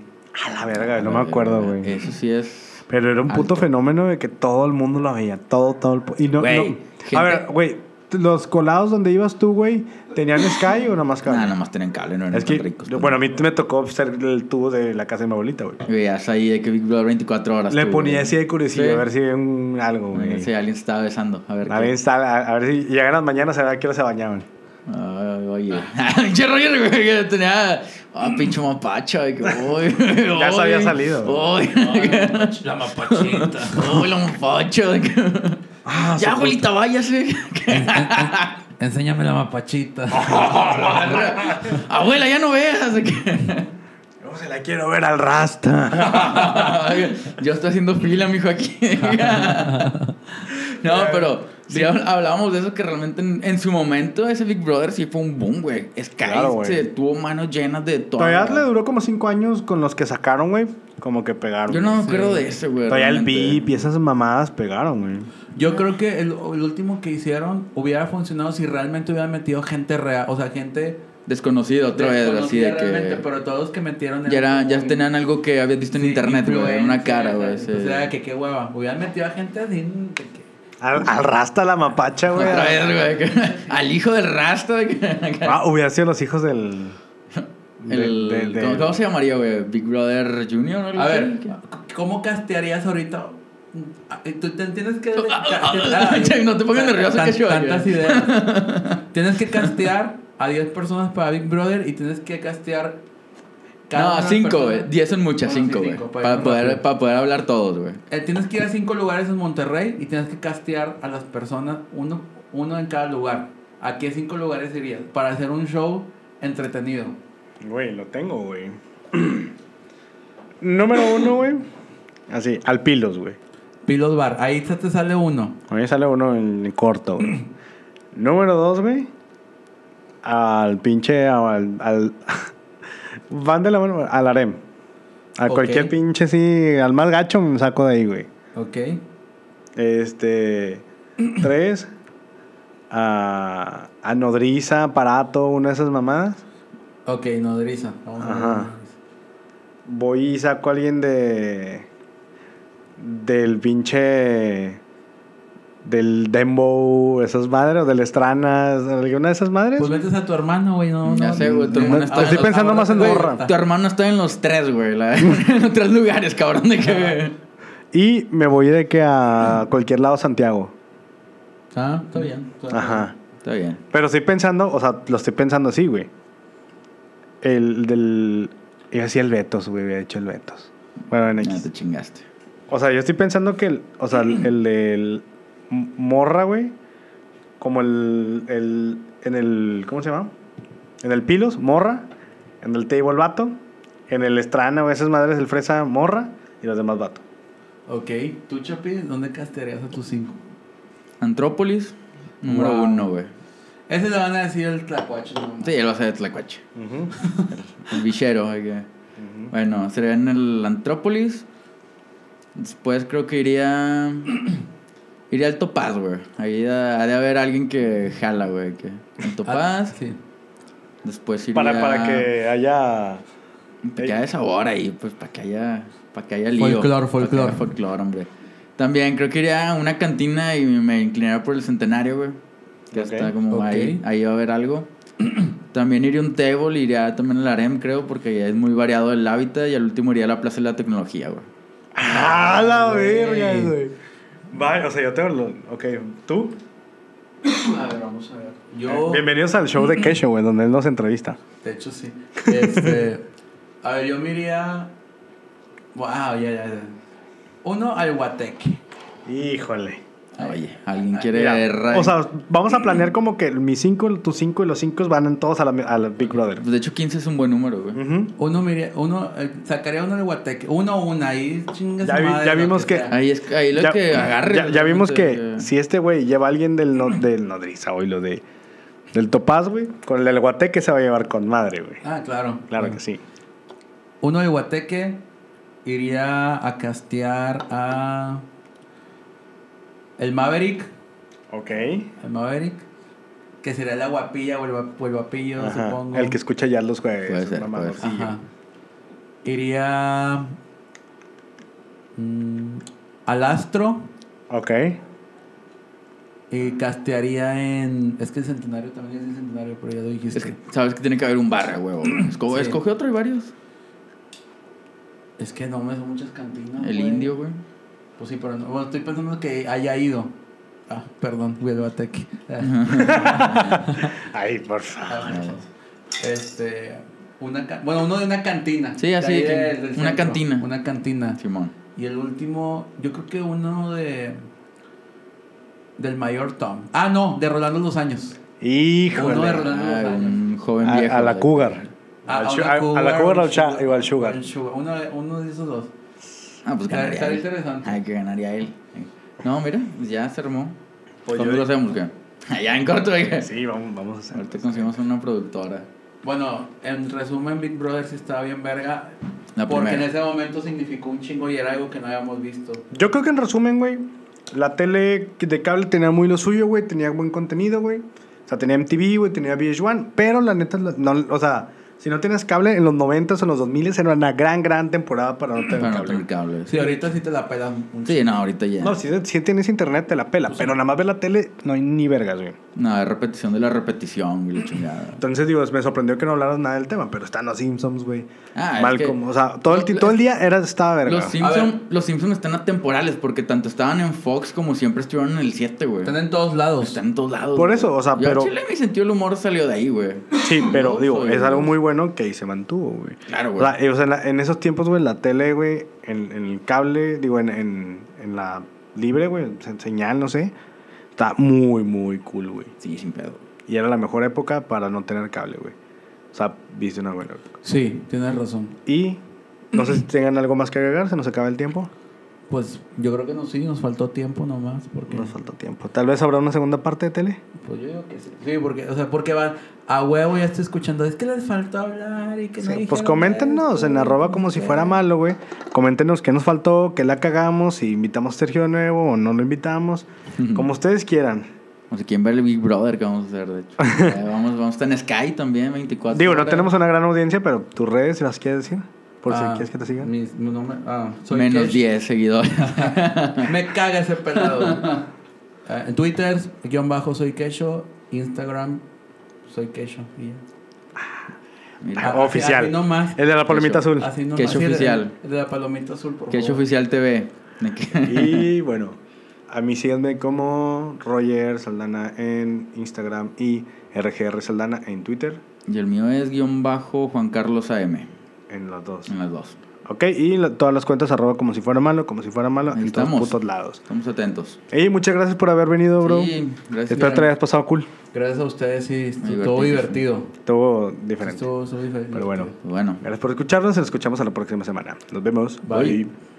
A la verga, no me acuerdo, güey.
eh, Eso sí es.
Pero era un puto
Ah, Alto.
fenómeno de que todo el mundo lo veía. Todo, todo el. pu- Y no,
Güey,
no-
gente-
A ver, güey. Los colados donde ibas tú, güey, ¿tenían Sky o nada más cable?
Nada, nada más tenían cable, no eran
Es que,
tan ricos. pues.
yo- bueno, a mí me tocó ser el tubo de la casa de mi abuelita, güey.
Y Veías ahí de que Big Brother 24 horas.
Le
tú,
ponía
güey.
así de curiosillo
Sí.
a ver si había un, algo,
A ver
güey.
Si alguien se estaba besando. A ver.
A ver,
qué-
está- a, a ver si llegan las mañanas a ver a qué hora se bañaban.
Ay, oye. [laughs] Pinche Roger, güey, que tenía. Ah, pinche mapacha, güey.
[laughs]
que, uy,
Ya se
uy,
había salido.
Uy,
[laughs]
[laughs]
La mapachita.
uy, la mapacha. de que-
Ah,
ya, abuelita, váyase. [laughs]
[laughs]
Enséñame la [laughs] mapachita.
[laughs] Abuela, ya no veas. de que- [laughs]
Yo se la quiero ver al rasta.
Yo estoy haciendo fila, mijo, aquí. [laughs] no, pero si hablábamos de eso que realmente en, en su momento ese Big Brother sí fue un boom, güey. Sky
Claro, güey.
se tuvo manos llenas de todo.
Todavía le duró como cinco años con los que sacaron, güey. Como que pegaron.
Yo no me
Sí.
acuerdo de ese, güey.
Todavía el
realmente.
VIP y esas mamadas pegaron, güey.
Yo creo que el, el último que hicieron hubiera funcionado si realmente hubieran metido gente real, o sea, gente
Desconocido otra vez, así
desconocida
de
realmente,
que.
pero todos los que metieron
Ya, era- ya
como-
tenían algo que habías visto en
sí,
internet, güey. Era una
influencers,
cara, güey.
entonces
sí.
era que qué hueva. Hubieran metido a gente así. de que-
Al, al rasta la mapacha, güey.
Otra vez, güey.
[laughs]
que- [laughs] Al hijo del rastro. de que-
Ah, hubiera sido los hijos del.
El-
de- de-
¿cómo, cómo se llamaría, güey? Big Brother Junior. o algo
A
así?
ver,
¿Qué?
¿cómo castearías ahorita? Ah, eh, Tú te tienes que.
ah, ah, [laughs] Che, no te pongas nervioso,
Tan-
que yo-
Tantas ideas.
[laughs]
Tienes que castear a 10 personas para Big Brother y tienes que castear.
No,
una
cinco,
persona.
güey. Diez son muchas,
Bueno, Ah, sí,
cinco, güey.
cinco, pues, para
Para
irnos
poder,
rápido.
para poder hablar todos, güey.
Eh, tienes que ir a cinco lugares en Monterrey y tienes que castear a las personas, uno, uno en cada lugar. ¿A qué cinco lugares irías? Para hacer un show entretenido.
Güey, lo tengo, güey. [clears throat] Número uno, güey. Así, al pilos, güey.
Pilos Bar, ahí se te sale uno.
A mí sale uno en corto, güey. Número dos, güey. Al pinche. Al, al- [laughs] van de la mano. Al harem. A
Ok.
cualquier pinche, sí. Al más gacho me saco de ahí, güey.
Ok.
Este. tres. A, a nodriza, aparato, una de esas mamadas.
Ok, nodriza. Vamos a ver
Ajá.
nodriza.
Voy y saco a alguien de. Del pinche. Del Dembow, esas madres, o del Estranas, alguna de esas madres.
Pues metes a tu hermano, güey. No,
Ya
no,
sé, güey, tu
no,
hermano
no,
está-
ahora-
Estoy pensando
ahora
más en
te
morra.
gusta.
Tu hermano está en los tres, güey. la- [laughs] en tres lugares, cabrón. De que...
Y me voy de que a cualquier lado Santiago.
Ah, está bien. está bien.
Ajá.
Está bien.
Pero estoy pensando, o sea, lo estoy pensando así, güey. El del. Yo decía el Betos, güey, había dicho el Betos. Bueno, en
No,
X.
te chingaste.
O sea, yo estoy pensando que el. O sea, el, el del. M- Morra, güey. Como el, el. En el. ¿Cómo se llama? En el Pilos, Morra. En el Table, Vato. En el Estrana, o esas madres, el Fresa, Morra. Y los demás, Vato.
Ok, tú, Chapi, ¿dónde castearías a tus cinco?
Antrópolis, número
Wow.
uno, güey.
Ese le van a decir el tlacuacho. No,
Sí, él va a ser de Tlacuache. El bichero, de que- Bueno, sería en el Antrópolis. Después creo que iría. iría al Topaz, güey. Ahí ha ha de haber alguien que jala, güey. Que... Al
Ah,
Topaz.
sí.
Después iría.
Para, para que haya.
Para que haya sabor ahí, pues para que haya, para que haya lío.
Folclor,
Para que haya
folclor.
folclor, hombre. También creo que iría a una cantina y me inclinaría por el centenario, güey. Que
Ok.
está como
Ok.
ahí, ahí va a haber algo. [clears throat] también iría a un table, iría también al harem, creo, porque ya es muy variado el hábitat. Y al último iría a la Plaza de la Tecnología, güey.
¡Ah, la
güey.
verga, güey! Vaya, o sea, yo te hablo. Ok, ¿tú?
A ver, vamos a ver.
Eh,
Yo,
Bienvenidos al show de Kesho, güey, donde él nos entrevista.
de hecho, sí. Este, a ver, yo me iría. Wow, ya, ya, ya. Uno al Guateque.
Híjole.
Ah, Oye, alguien quiere
Ah, Mira,
errar.
o sea, vamos a planear como que mis 5, tus 5 y los 5 van todos a la, a la Big Brother.
Pues de hecho 15 es un buen número, güey.
Ujú.
Uno, me iría- uno eh, sacaría uno al Guateque. Uno, una. Ahí, chingas.
Ya vi-
madre,
ya
lo
vimos que-
sea.
Ahí es ahí lo que agarre.
ya- ya vimos que
realmente,
si este güey lleva a alguien del, no- del Nodriza hoy, lo de, del Topaz, güey, con el del Guateque se va a llevar con madre, güey.
Ah, claro.
Claro que sí.
Uno de Guateque iría a castear a. El Maverick.
Ok.
El Maverick. Que sería la guapilla o el, guap- o el guapillo,
Ajá,
supongo.
El que escucha ya los jueves.
Puede ser,
mamá,
puede ser.
sí.
Ajá. Iría. mm, al Astro.
Ok.
Y castearía en. Es que el centenario también es el centenario, pero ya lo dijiste.
Es que sabes que tiene que haber un barra, huevo. güey. Esco-
Sí.
Escoge otro y varios.
no me son muchas cantinas.
El
güey.
indio,
[laughs]
güey.
Pues sí, pero no. Bueno, estoy pensando que haya ido. Ah, perdón, güey, el Guateque. [laughs]
Ay, por favor.
Ah, Este. Una, ca- bueno, uno de una cantina.
Sí, así
De ahí
que-
del- del
una
centro.
cantina.
Una cantina.
Simón.
Y el último, yo creo que uno de. Del mayor Tom. Ah, no, de Rolando Los Años.
Híjole.
Uno de Rolando
Ah,
Los Años.
un joven
A-
viejo.
a, la
güey.
Cougar.
Ah,
Al
a
Shu- a-
una
a la Cougar o al Sha- o al Sugar.
al Sugar. Uno, de- uno de esos dos.
Ah, pues
Está-
ganaría
está
él.
interesante.
Ay, que ganaría él. No, mira, pues ya se armó.
Pues
¿Cuándo
yo-
lo hacemos, qué? [laughs] Ya en corto, güey.
Sí, vamos, vamos a hacer.
Ahorita conseguimos una productora.
Bueno, en resumen, Big Brother sí estaba bien verga.
La
porque
primera.
en ese momento significó un chingo y era algo que no habíamos visto.
Yo creo que en resumen, güey, la tele de cable tenía muy lo suyo, güey, tenía buen contenido, güey. O sea, tenía MTV, güey, tenía VH1, pero la neta, la- no, o sea, si no tienes cable, en los 90s o en los 2000s era una gran, gran temporada para no tener
Para no
cable.
tener cable.
Sí, ahorita sí te la pelas un
Sí, no, ahorita ya.
No, si, si tienes internet te la pela,
Pues
pero nada más ver la tele no hay ni vergas, güey.
No, es repetición de la repetición, güey, la chingada.
Entonces, digo, me sorprendió que no hablaras nada del tema, pero están los Simpsons, güey.
Ah, es
Malcolm,
que-
o sea, todo el, ti-
Lo-
todo el día era, estaba verga.
Los
ver.
Simpsons los Simpson están atemporales porque tanto estaban en Fox como siempre estuvieron en el 7, güey.
Están en todos lados.
Están en todos lados.
Por
güey.
eso, o sea,
Yo, al
pero-
Chile, mi sentido del humor salió de ahí, güey.
Sí, pero
No,
digo,
soy-
es algo muy bueno que ahí se mantuvo, güey.
Claro,
O
güey.
sea, eh, o sea, en, la- en esos tiempos, güey, la tele, güey, en, en el cable, digo, en, en, en la libre, güey, se- señal, no sé, está muy, muy cool, güey.
Sí, sin pedo.
Y era la mejor época para no tener cable, güey. O sea, viste una buena época.
Sí, tienes razón.
Y no
[clears throat]
sé si tengan algo más que agregar, se nos acaba el tiempo.
Pues yo creo que nos, sí, nos faltó tiempo nomás. Porque,
Nos falta tiempo. Tal vez habrá una segunda parte de tele.
Pues yo digo que sí. Sí, porque, o sea, porque van a huevo ya estoy escuchando. Es que les faltó hablar y que no
Sí, pues
dijeron
coméntenos
esto,
en arroba como
no
si
sé.
fuera malo, güey. Coméntenos qué nos faltó, qué la cagamos, si invitamos a Sergio de nuevo o no lo invitamos. Como ustedes quieran.
O sea, quieren ver el Big Brother que vamos a hacer, de
[laughs]
hecho. Eh, vamos, vamos a estar en Sky también, 24
Digo, no
horas.
tenemos una gran audiencia, pero tus redes, si las quieres decir, por si
Ah,
quieres que te sigan.
mis- mi nombre- ah, soy
Menos
Kesh.
10 seguidores.
[laughs]
Ah,
Me caga ese pelado. Eh, en Twitter, guión bajo, soy Kesho. Instagram, soy Kesho. y ya.
[laughs] Mira,
Ah,
así-
oficial.
así nomás.
El de la palomita
Eso.
azul.
Así nomás.
Kesho
Sí, el-
oficial.
el de la palomita azul,
oh.
por
que hecho
favor.
oficial TV. De que-
Y bueno, a mí síganme como Roger Saldana en Instagram y RGR Saldana en Twitter,
[laughs] Y el mío es guión bajo Juan Carlos AM.
en los dos.
En las dos.
Ok, y la- todas las cuentas arroba como si fuera malo, como si fuera malo,
Ahí
en
estamos.
todos putos lados.
Estamos atentos.
Y muchas gracias por haber venido, bro.
Sí, gracias.
Espero te lo hayas pasado cool.
Gracias a ustedes, sí.
Muy
Estuvo
divertido.
divertido.
Estuvo diferente.
Estuvo estuvo diferente.
Pero bueno.
Bueno.
Gracias por escucharnos. Nos escuchamos a la próxima semana. Nos vemos.
Bye.
Bye.